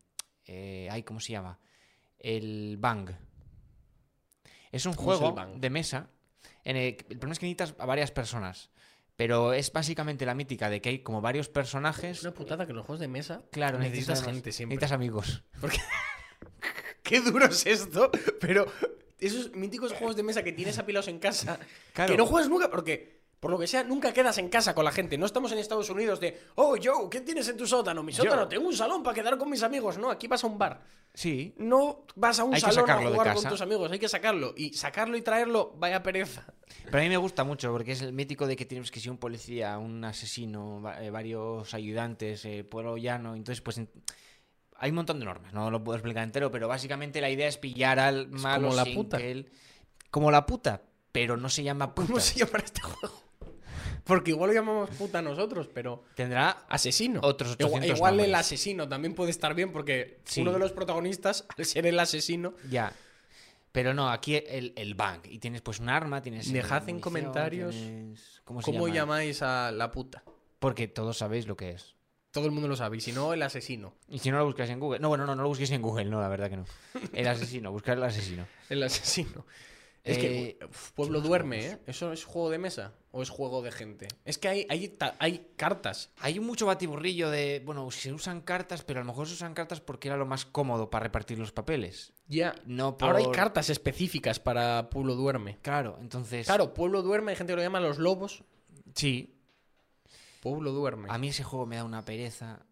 eh, ay, ¿cómo se llama? El Bang. Es un ¿Cómo es el juego Bang? de mesa. En el, el problema es que necesitas a varias personas. Pero es básicamente la mítica de que hay como varios Es personajes. una putada que en los juegos de mesa Claro, necesitas además- gente siempre. Necesitas amigos. Qué duro es esto, pero esos míticos juegos de mesa que tienes apilados en casa, Claro. que no juegas nunca porque... Por lo que sea, nunca quedas en casa con la gente. No estamos en Estados Unidos de, oh, Joe, ¿qué tienes en tu sótano? Mi Yo. sótano, tengo un salón para quedar con mis amigos. No, aquí vas a un bar. Sí. No vas a un Hay que salón a sacarlo de jugar con casa. tus amigos, hay que sacarlo. Y sacarlo y traerlo, vaya pereza. Pero a mí me gusta mucho porque es el mítico de que tienes que ser un policía, un asesino, va- eh, varios ayudantes, eh, pueblo llano. Entonces, pues en- hay un montón de normas, no lo puedo explicar entero, pero básicamente la idea es pillar al Es malo como la sin puta. que él- Como la puta, pero no se llama puta. ¿Cómo se llama este juego? Porque igual lo llamamos puta nosotros, pero Tendrá... asesino. Otros Igua- 800 Igual el nombres. asesino también puede estar bien porque Sí. uno de los protagonistas, al ser el asesino, Ya. Pero no, aquí el, el bank. Y tienes pues un arma, tienes... eh, Dejad en munición, comentarios tienes- ¿Cómo se ¿cómo llama? llamáis a la puta? Porque todos sabéis lo que es. Todo el mundo lo sabe, y si no, el asesino. Y si no lo buscáis en Google. No, bueno, no, no lo busquéis en Google, no, la verdad que no. El asesino, buscar el asesino. El asesino. Es Eh, que uf, Pueblo más duerme, ¿eh? ¿Eso es juego de mesa o es juego de gente? Es que hay, hay, ta- hay cartas. Hay mucho batiburrillo de, bueno, se usan cartas, pero a lo mejor se usan cartas porque era lo más cómodo para repartir los papeles. Ya. No por... Ahora hay cartas específicas para Pueblo duerme. Claro, entonces... Claro, Pueblo duerme, hay gente que lo llama los lobos. Sí. Pueblo duerme. A mí ese juego me da una pereza.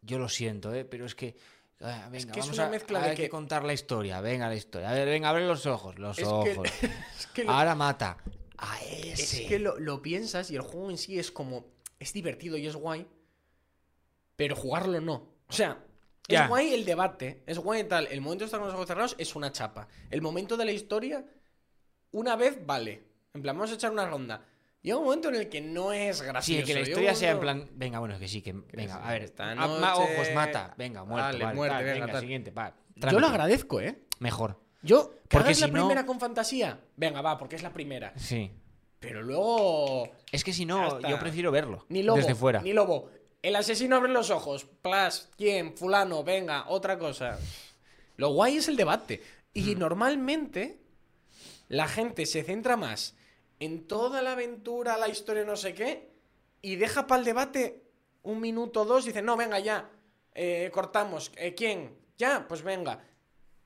Yo lo siento, ¿eh? Pero es que... ah, venga, que es vamos una a, mezcla a- de hay que... que- contar la historia. Venga, la historia. A ver, venga, abre los ojos. Los Es que- ojos. es que lo- Ahora mata. A Es ese. que lo, lo piensas y el juego en sí es como. Es divertido y es guay. Pero jugarlo no. O sea, Ya. es guay el debate. Es guay tal. El momento de estar con los ojos cerrados es una chapa. El momento de la historia, una vez vale. En plan, vamos a echar una ronda. Llega un momento en el que no es Sí, gracioso. de que la Llega historia un sea en momento- plan, venga, bueno, que sí, que venga, sí, a ver, esta a- ma- noche- ojos, mata, venga, muerto, Vale, vale, muerte, tal, venga, venga, tal. siguiente, va, Yo lo tranquilo, agradezco, ¿eh? mejor, Yo, que Porque hagas la si no- primera con fantasía. Venga, va, porque es la primera. sí, Pero luego. es que si no, Hasta- yo prefiero verlo, Ni lobo. desde fuera, Ni lobo. El asesino abre los ojos. Plas, ¿quién? Fulano, venga, otra cosa. Lo guay es el debate. Y Mm. normalmente la gente se centra más en toda la aventura, la historia, no sé qué, y deja para el debate un minuto o dos y dice, no, venga ya, eh, cortamos. Eh, ¿Quién? Ya, pues venga.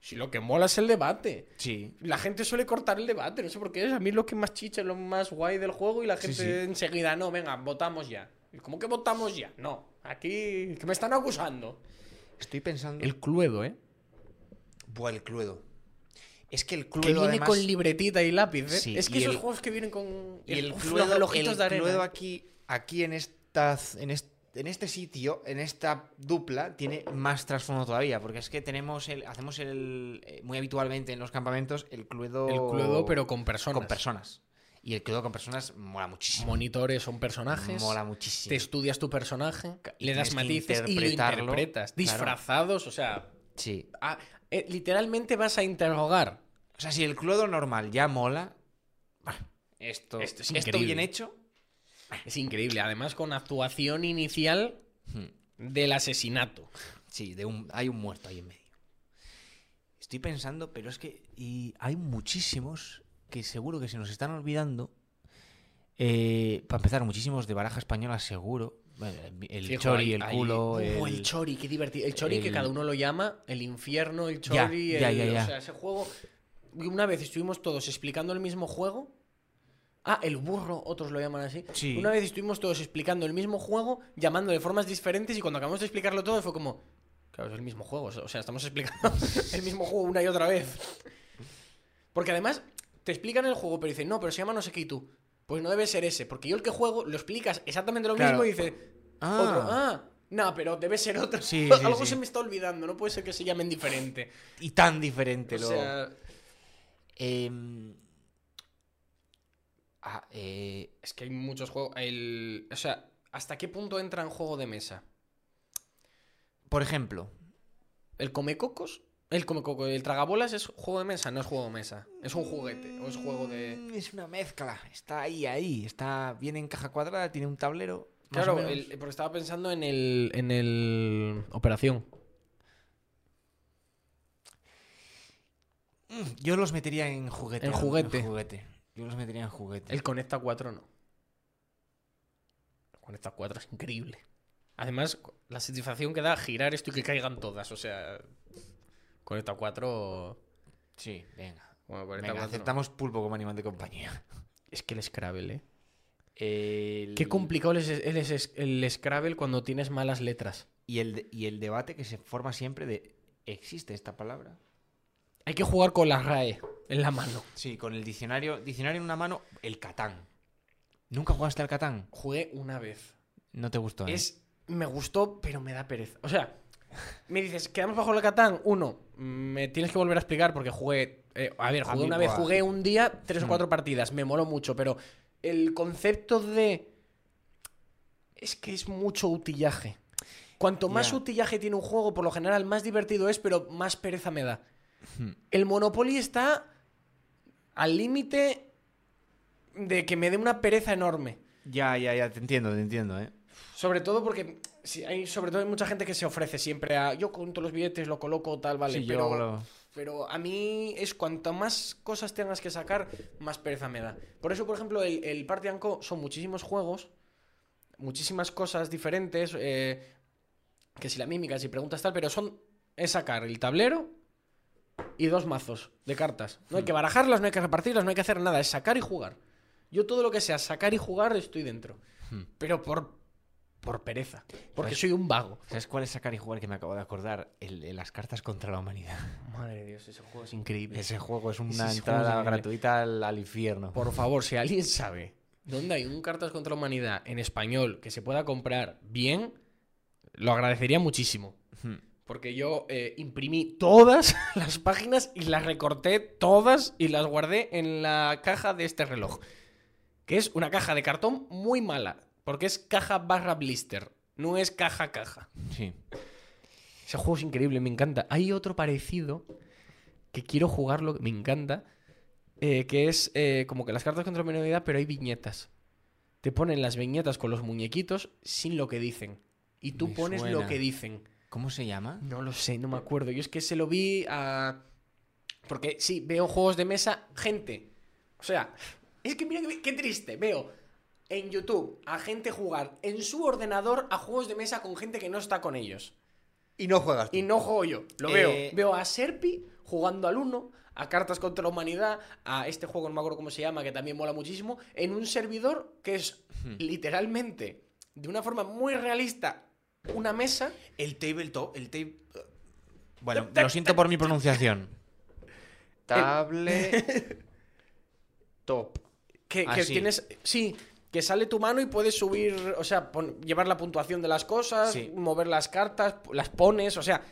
Si lo que mola es el debate. sí, La gente suele cortar el debate, no sé por qué es. A mí lo que más chicha es lo más guay del juego y la gente Sí, sí. enseguida, no, venga, votamos ya. Y, ¿Cómo que votamos ya? No, aquí que me están acusando. estoy pensando, El Cluedo, ¿eh? Buah, el Cluedo, es que el Que Cluedo viene además, con libretita y lápiz, ¿eh? Sí, es que y esos el- juegos que vienen con y el uf, Cluedo, los relojitos el de arena. Cluedo aquí, aquí en esta, en este, en este sitio, en esta dupla, tiene más trasfondo todavía, porque es que tenemos el, hacemos el, eh, muy habitualmente en los campamentos, el Cluedo, El Cluedo, pero con personas. con personas. Y el Cluedo con personas mola muchísimo. Monitores son personajes. Mola Te muchísimo. estudias tu personaje, Y le tienes das que matices y lo interpretarlo, interpretas. claro. Disfrazados, o sea. Sí. ah, eh, literalmente vas a interrogar. O sea, si el Cluedo normal ya mola, bah, esto, Esto es esto increíble. bien hecho. Es increíble. Además, con actuación inicial hmm, del asesinato. Sí, de un, hay un muerto ahí en medio. Estoy pensando, pero es que y hay muchísimos que seguro que se nos están olvidando. Eh, para empezar, muchísimos de baraja española seguro. Bueno, el Fijo, chori, hay- el hay- culo. Uh, el... el- chori, qué divertido. El chori que el- cada uno lo llama, el infierno, el Ya, chori, ya, el- ya, ya. o sea, ese juego. Y Una vez estuvimos todos explicando el mismo juego. Ah, el burro, otros lo llaman así. Sí. Una vez estuvimos todos explicando el mismo juego, llamando de formas diferentes y cuando acabamos de explicarlo todo fue como, claro, es el mismo juego, o sea, estamos explicando el mismo juego una y otra vez. Porque además te explican el juego, pero dicen, no, pero se llama no sé qué y tú. Pues no debe ser ese, porque yo el que juego lo explicas exactamente lo Claro. mismo y dices, Ah. Otro, ah. No, pero debe ser otro. Sí, sí, Algo sí. se me está olvidando, no puede ser que se llamen diferente. Y tan diferente O luego. sea, Em, ah, eh, es que hay muchos juegos. El, o sea, ¿hasta qué punto entra en juego de mesa? por ejemplo, ¿El comecocos? El comecoco, el tragabolas es juego de mesa, no es juego de mesa. Es un juguete, o es juego de. Mm, Es una mezcla. Está ahí, ahí. Está bien en caja cuadrada, tiene un tablero. más o Claro, menos. el- porque estaba pensando en el. en el. Operación. Mm, Yo los metería en juguete. En ¿no? juguete. Yo los metería en juguete. El Conecta 4 no. El Conecta 4 es increíble. Además, co- la satisfacción que da girar esto y que caigan todas. O sea, Conecta 4. Sí, venga. Bueno, Conecta Venga, 4. aceptamos pulpo como animal de compañía. Es que el Scrabble, ¿eh? El- Qué complicado es el, es- el Scrabble cuando tienes malas letras. Y el, de- y el debate que se forma siempre de. ¿Existe esta palabra? Hay que jugar con la RAE en la mano. Sí, con el diccionario. Diccionario en una mano, el Catán. ¿Nunca jugaste al Catán? Jugué una vez. No te gustó. ¿eh? Es. Me gustó, pero me da pereza. O sea, me dices, quedamos bajo el Catán. Uno, me tienes que volver a explicar porque jugué. eh, a ver, A jugué mí, una vez, buah. jugué un día, tres Hmm. o cuatro partidas. Me moló mucho, pero el concepto de. Es que es mucho utillaje. Cuanto más Ya. utillaje tiene un juego, por lo general más divertido es, pero más pereza me da. Hmm. El Monopoly está al límite de que me dé una pereza enorme. Ya, ya, ya, te entiendo, te entiendo, ¿eh? Sobre todo porque sí, hay, sobre todo hay mucha gente que se ofrece siempre a yo conto los billetes, lo coloco, tal, vale. Sí, yo pero, hago lo- pero a mí es cuanto más cosas tengas que sacar, más pereza me da. Por eso, por ejemplo, el, el Party and Co. son muchísimos juegos, muchísimas cosas diferentes, eh, que si la mímica, si preguntas tal, pero son es sacar el tablero y dos mazos de cartas. No hay que barajarlas, no hay que repartirlas, no hay que hacer nada, es sacar y jugar. Yo todo lo que sea sacar y jugar estoy dentro. Hmm. Pero por, por pereza. Porque Pues- soy un vago. ¿Sabes cuál es sacar y jugar que me acabo de acordar? El, el- las cartas contra la humanidad. Madre de Dios, ese juego es increíble. Ese juego es una juego es entrada increíble. gratuita al, al infierno. Por favor, si alguien sabe dónde hay un Cartas contra la Humanidad en español que se pueda comprar bien, lo agradecería muchísimo. Hmm. Porque yo eh, imprimí todas las páginas y las recorté todas y las guardé en la caja de este reloj. Que es una caja de cartón muy mala. Porque es caja barra blister. No es caja caja. Sí. Ese juego es increíble, me encanta. Hay otro parecido que quiero jugarlo, me encanta, eh, que es eh, como que las cartas contra la humanidad, pero hay viñetas. Te ponen las viñetas con los muñequitos sin lo que dicen. Y tú Me pones lo suena. que dicen. ¿Cómo se llama? No lo sé, no me acuerdo. Yo es que se lo vi a... Porque sí, veo en juegos de mesa gente. O sea, es que mira qué, qué triste. Veo en YouTube a gente jugar en su ordenador a juegos de mesa con gente que no está con ellos. Y no juegas. Y no juego yo, lo Eh, veo. Veo a Serpi jugando al 1, a Cartas contra la Humanidad, a este juego, no me acuerdo cómo se llama, que también mola muchísimo, en un servidor que es Hmm. literalmente, de una forma muy realista, una mesa. El tabletop. El table... Bueno, lo siento por mi pronunciación. Table. Top. Que, que Así. tienes. Sí, que sale tu mano y puedes subir. O sea, pon- llevar la puntuación de las cosas, Sí. mover las cartas, las pones. O sea,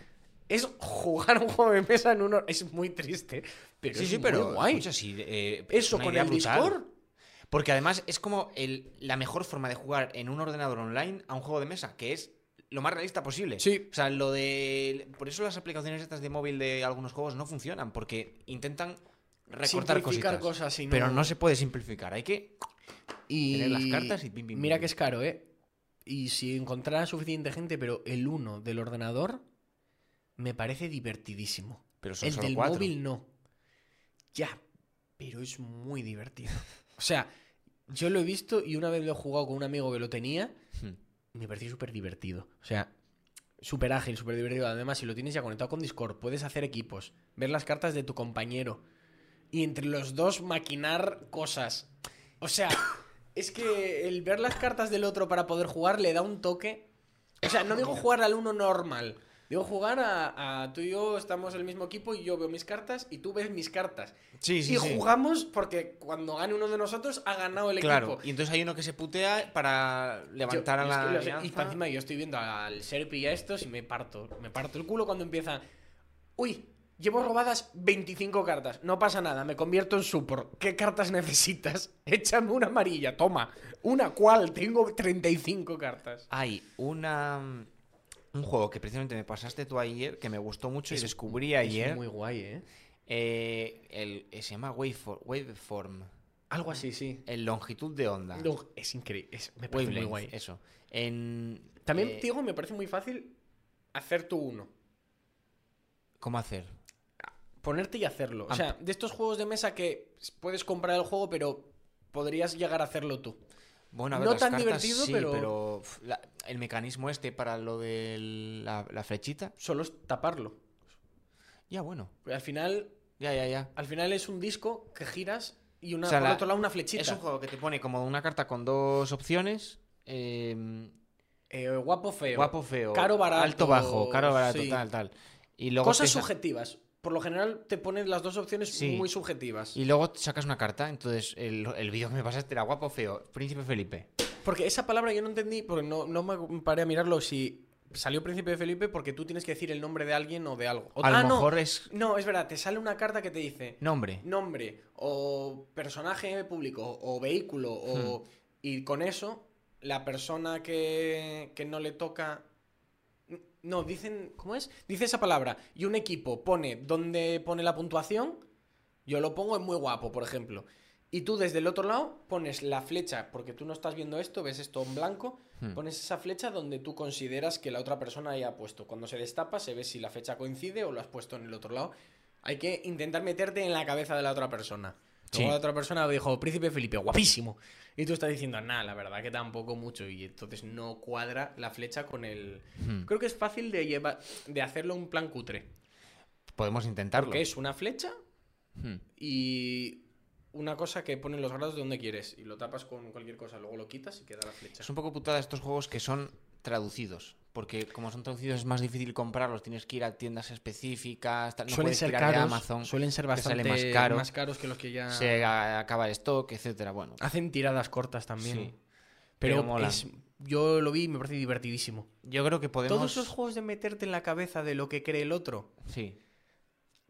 es jugar un juego de mesa en uno. Es muy triste. Pero Sí, es sí, muy pero. guay. escucha, sí, eh, es Eso una con idea el brutal. Discord. Porque además es como el- la mejor forma de jugar en un ordenador online a un juego de mesa, que es lo más realista posible. Sí. O sea, lo de. Por eso las aplicaciones estas de móvil de algunos juegos no funcionan, porque intentan recortar cositas. Simplificar cosas y no- Pero no se puede simplificar, hay que. Y Tener las cartas y pim, pim, Mira pim. que es caro, ¿eh? Y si encontrara suficiente gente, pero el 1 del ordenador me parece divertidísimo. Pero son El solo del cuatro. móvil no. Ya, pero es muy divertido. O sea, yo lo he visto y una vez lo he jugado con un amigo que lo tenía, Hmm. me pareció súper divertido. O sea, súper ágil, súper divertido. Además, si lo tienes ya conectado con Discord, puedes hacer equipos, ver las cartas de tu compañero y entre los dos maquinar cosas. O sea, es que el ver las cartas del otro para poder jugar le da un toque. O sea, no digo jugar al uno normal, Digo jugar a, a tú y yo estamos en el mismo equipo y yo veo mis cartas y tú ves mis cartas. Sí, sí, y sí. jugamos porque cuando gane uno de nosotros ha ganado el Claro, equipo. y entonces hay uno que se putea para levantar Yo- a es la que lo sé, Y alianza. para encima yo estoy viendo al Serpi y a estos y me parto. Me parto el culo cuando empieza. Uy, llevo robadas 25 cartas. No pasa nada, me convierto en support. ¿Qué cartas necesitas? Échame una amarilla, toma. ¿Una cual? Tengo 35 cartas. Hay una un juego que precisamente me pasaste tú ayer que me gustó mucho y descubrí ayer. Es muy guay, ¿eh? Eh, el- eh, se llama Wavefor- Waveform, Algo así, sí. el longitud de onda. No, es increíble. es- me parece muy Wavelength, guay. Eso. En, También, eh, te digo, me parece muy fácil hacer tú uno. ¿Cómo hacer? Ponerte y hacerlo. O sea, de estos juegos de mesa que puedes comprar el juego, pero podrías llegar a hacerlo tú. Bueno, a ver, No las tan cartas divertido, sí, pero- pf, la- el mecanismo este para lo de la, la flechita. Solo es taparlo. Ya, bueno. Al final, Ya, ya, ya. al final es un disco que giras y una, O sea, por la- otro lado una flechita. Es un juego que te pone como una carta con dos opciones. eh, Eh, guapo feo. guapo, feo. Caro, barato, Alto, bajo. Caro, barato, sí. tal, tal. Y luego Cosas te sa- subjetivas. Por lo general te ponen las dos opciones Sí. muy subjetivas. Y luego sacas una carta. Entonces, el, el vídeo que me pasaste era guapo, feo. Príncipe Felipe. Porque esa palabra yo no entendí, porque no, no me paré a mirarlo si salió Príncipe Felipe porque tú tienes que decir el nombre de alguien o de algo. O- A lo ah, no. mejor es No, es verdad, te sale una carta que te dice nombre. nombre o personaje público o vehículo o... Y con eso, la persona que, que no le toca... No, dicen... ¿Cómo es? Dice esa palabra y un equipo pone donde pone la puntuación. Yo lo pongo en muy guapo, por ejemplo. Y tú desde el otro lado pones la flecha, porque tú no estás viendo esto, ves esto en blanco, Hmm. pones esa flecha donde tú consideras que la otra persona haya puesto. Cuando se destapa se ve si la fecha coincide o lo has puesto en el otro lado. Hay que intentar meterte en la cabeza de la otra persona. Sí. Luego la otra persona dijo, Príncipe Felipe, guapísimo. Y tú estás diciendo, nada, la verdad que tampoco mucho. Y entonces no cuadra la flecha con el... Hmm. Creo que es fácil de, llevar, de hacerlo un plan cutre. Podemos intentarlo. Porque es una flecha Hmm. y una cosa que ponen los grados de donde quieres y lo tapas con cualquier cosa, luego lo quitas y queda la flecha. Es un poco putada estos juegos que son traducidos. Porque como son traducidos es más difícil comprarlos. Tienes que ir a tiendas específicas. tal, No puedes tirar de Amazon. suelen ser te sale bastante más caro. más caros que los que ya Se a- acaba el stock, etcétera. Bueno, hacen tiradas cortas también. Sí. Pero, Pero mola. es- yo lo vi y me parece divertidísimo. yo creo que podemos. Todos esos juegos de meterte en la cabeza de lo que cree el otro, Sí.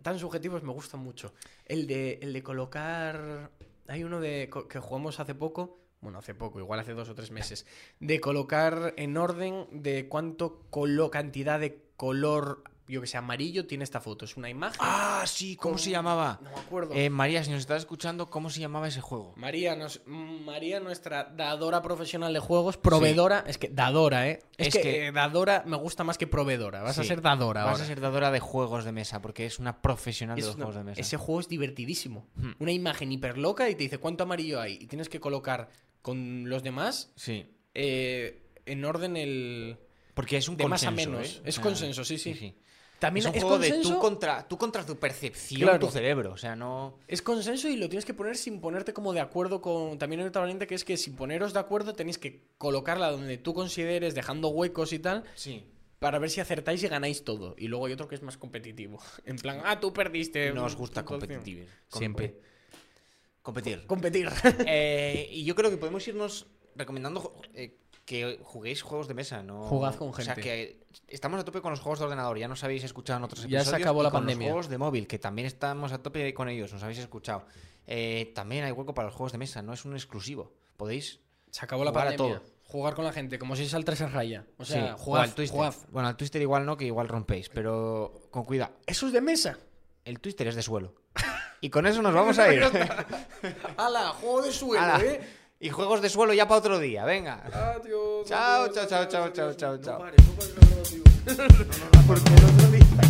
tan subjetivos, me gustan mucho. El de, el de colocar... Hay uno de co- que jugamos hace poco, bueno, hace poco, igual hace dos o tres meses, de colocar en orden de cuánto colo, cantidad de color, yo que sé, amarillo tiene esta foto. Es una imagen. Ah, sí, ¿cómo Con- se llamaba? No me acuerdo. Eh, María, si nos estás escuchando, ¿cómo se llamaba ese juego? María, nos- María, nuestra dadora profesional de juegos, proveedora, es que dadora, ¿eh? Es, Es que, que- eh, dadora me gusta más que proveedora. Vas a Sí. ser dadora Vas ahora. a ser dadora de juegos de mesa, porque es una profesional de Es los una- juegos de mesa. Ese juego es divertidísimo. Hmm. Una imagen hiperloca y te dice cuánto amarillo hay. Y tienes que colocar con los demás Sí. eh, en orden el. Porque es un De más a consenso. menos. ¿eh? Es Ah, consenso, sí, sí. Es También un es, juego de consenso. tú contra, tú contra tu percepción, Claro. tu cerebro. O sea, no. Es consenso y lo tienes que poner sin ponerte como de acuerdo con. También hay otra variante que es que sin poneros de acuerdo tenéis que colocarla donde tú consideres, dejando huecos y tal. Sí. para ver si acertáis y ganáis todo. Y luego hay otro que es más competitivo. En plan, ah, tú perdiste. Nos mm, gusta puntuación. competir. Siempre. Competir. Competir. Eh, y yo creo que podemos irnos recomendando ju- eh, que juguéis juegos de mesa, ¿no? Jugad con O sea, gente. que estamos a tope con los juegos de ordenador, ya nos habéis escuchado en otros Ya se episodios. acabó y la con pandemia. Los juegos de móvil, que también estamos a tope con ellos, nos habéis escuchado. Eh, también hay hueco para los juegos de mesa, no es un exclusivo. Podéis. Se acabó la Jugar a pandemia. todo. Jugar con la gente, como si es al 3 en raya. O Sí, sea, o al jugad, Twister. jugad. Bueno, al Twister igual no, que igual rompéis, pero con cuidado. Eso es de mesa. El Twister es de suelo. Y con eso nos vamos a ir. ¡Hala! Juego de suelo, Ala. ¿eh? y juegos de suelo ya para otro día, venga. Adiós. Chao, adiós, chao, chao, adiós, chao, chao, chao, adiós. No chao. pares, no pares, no pares, tío. Porque el otro día-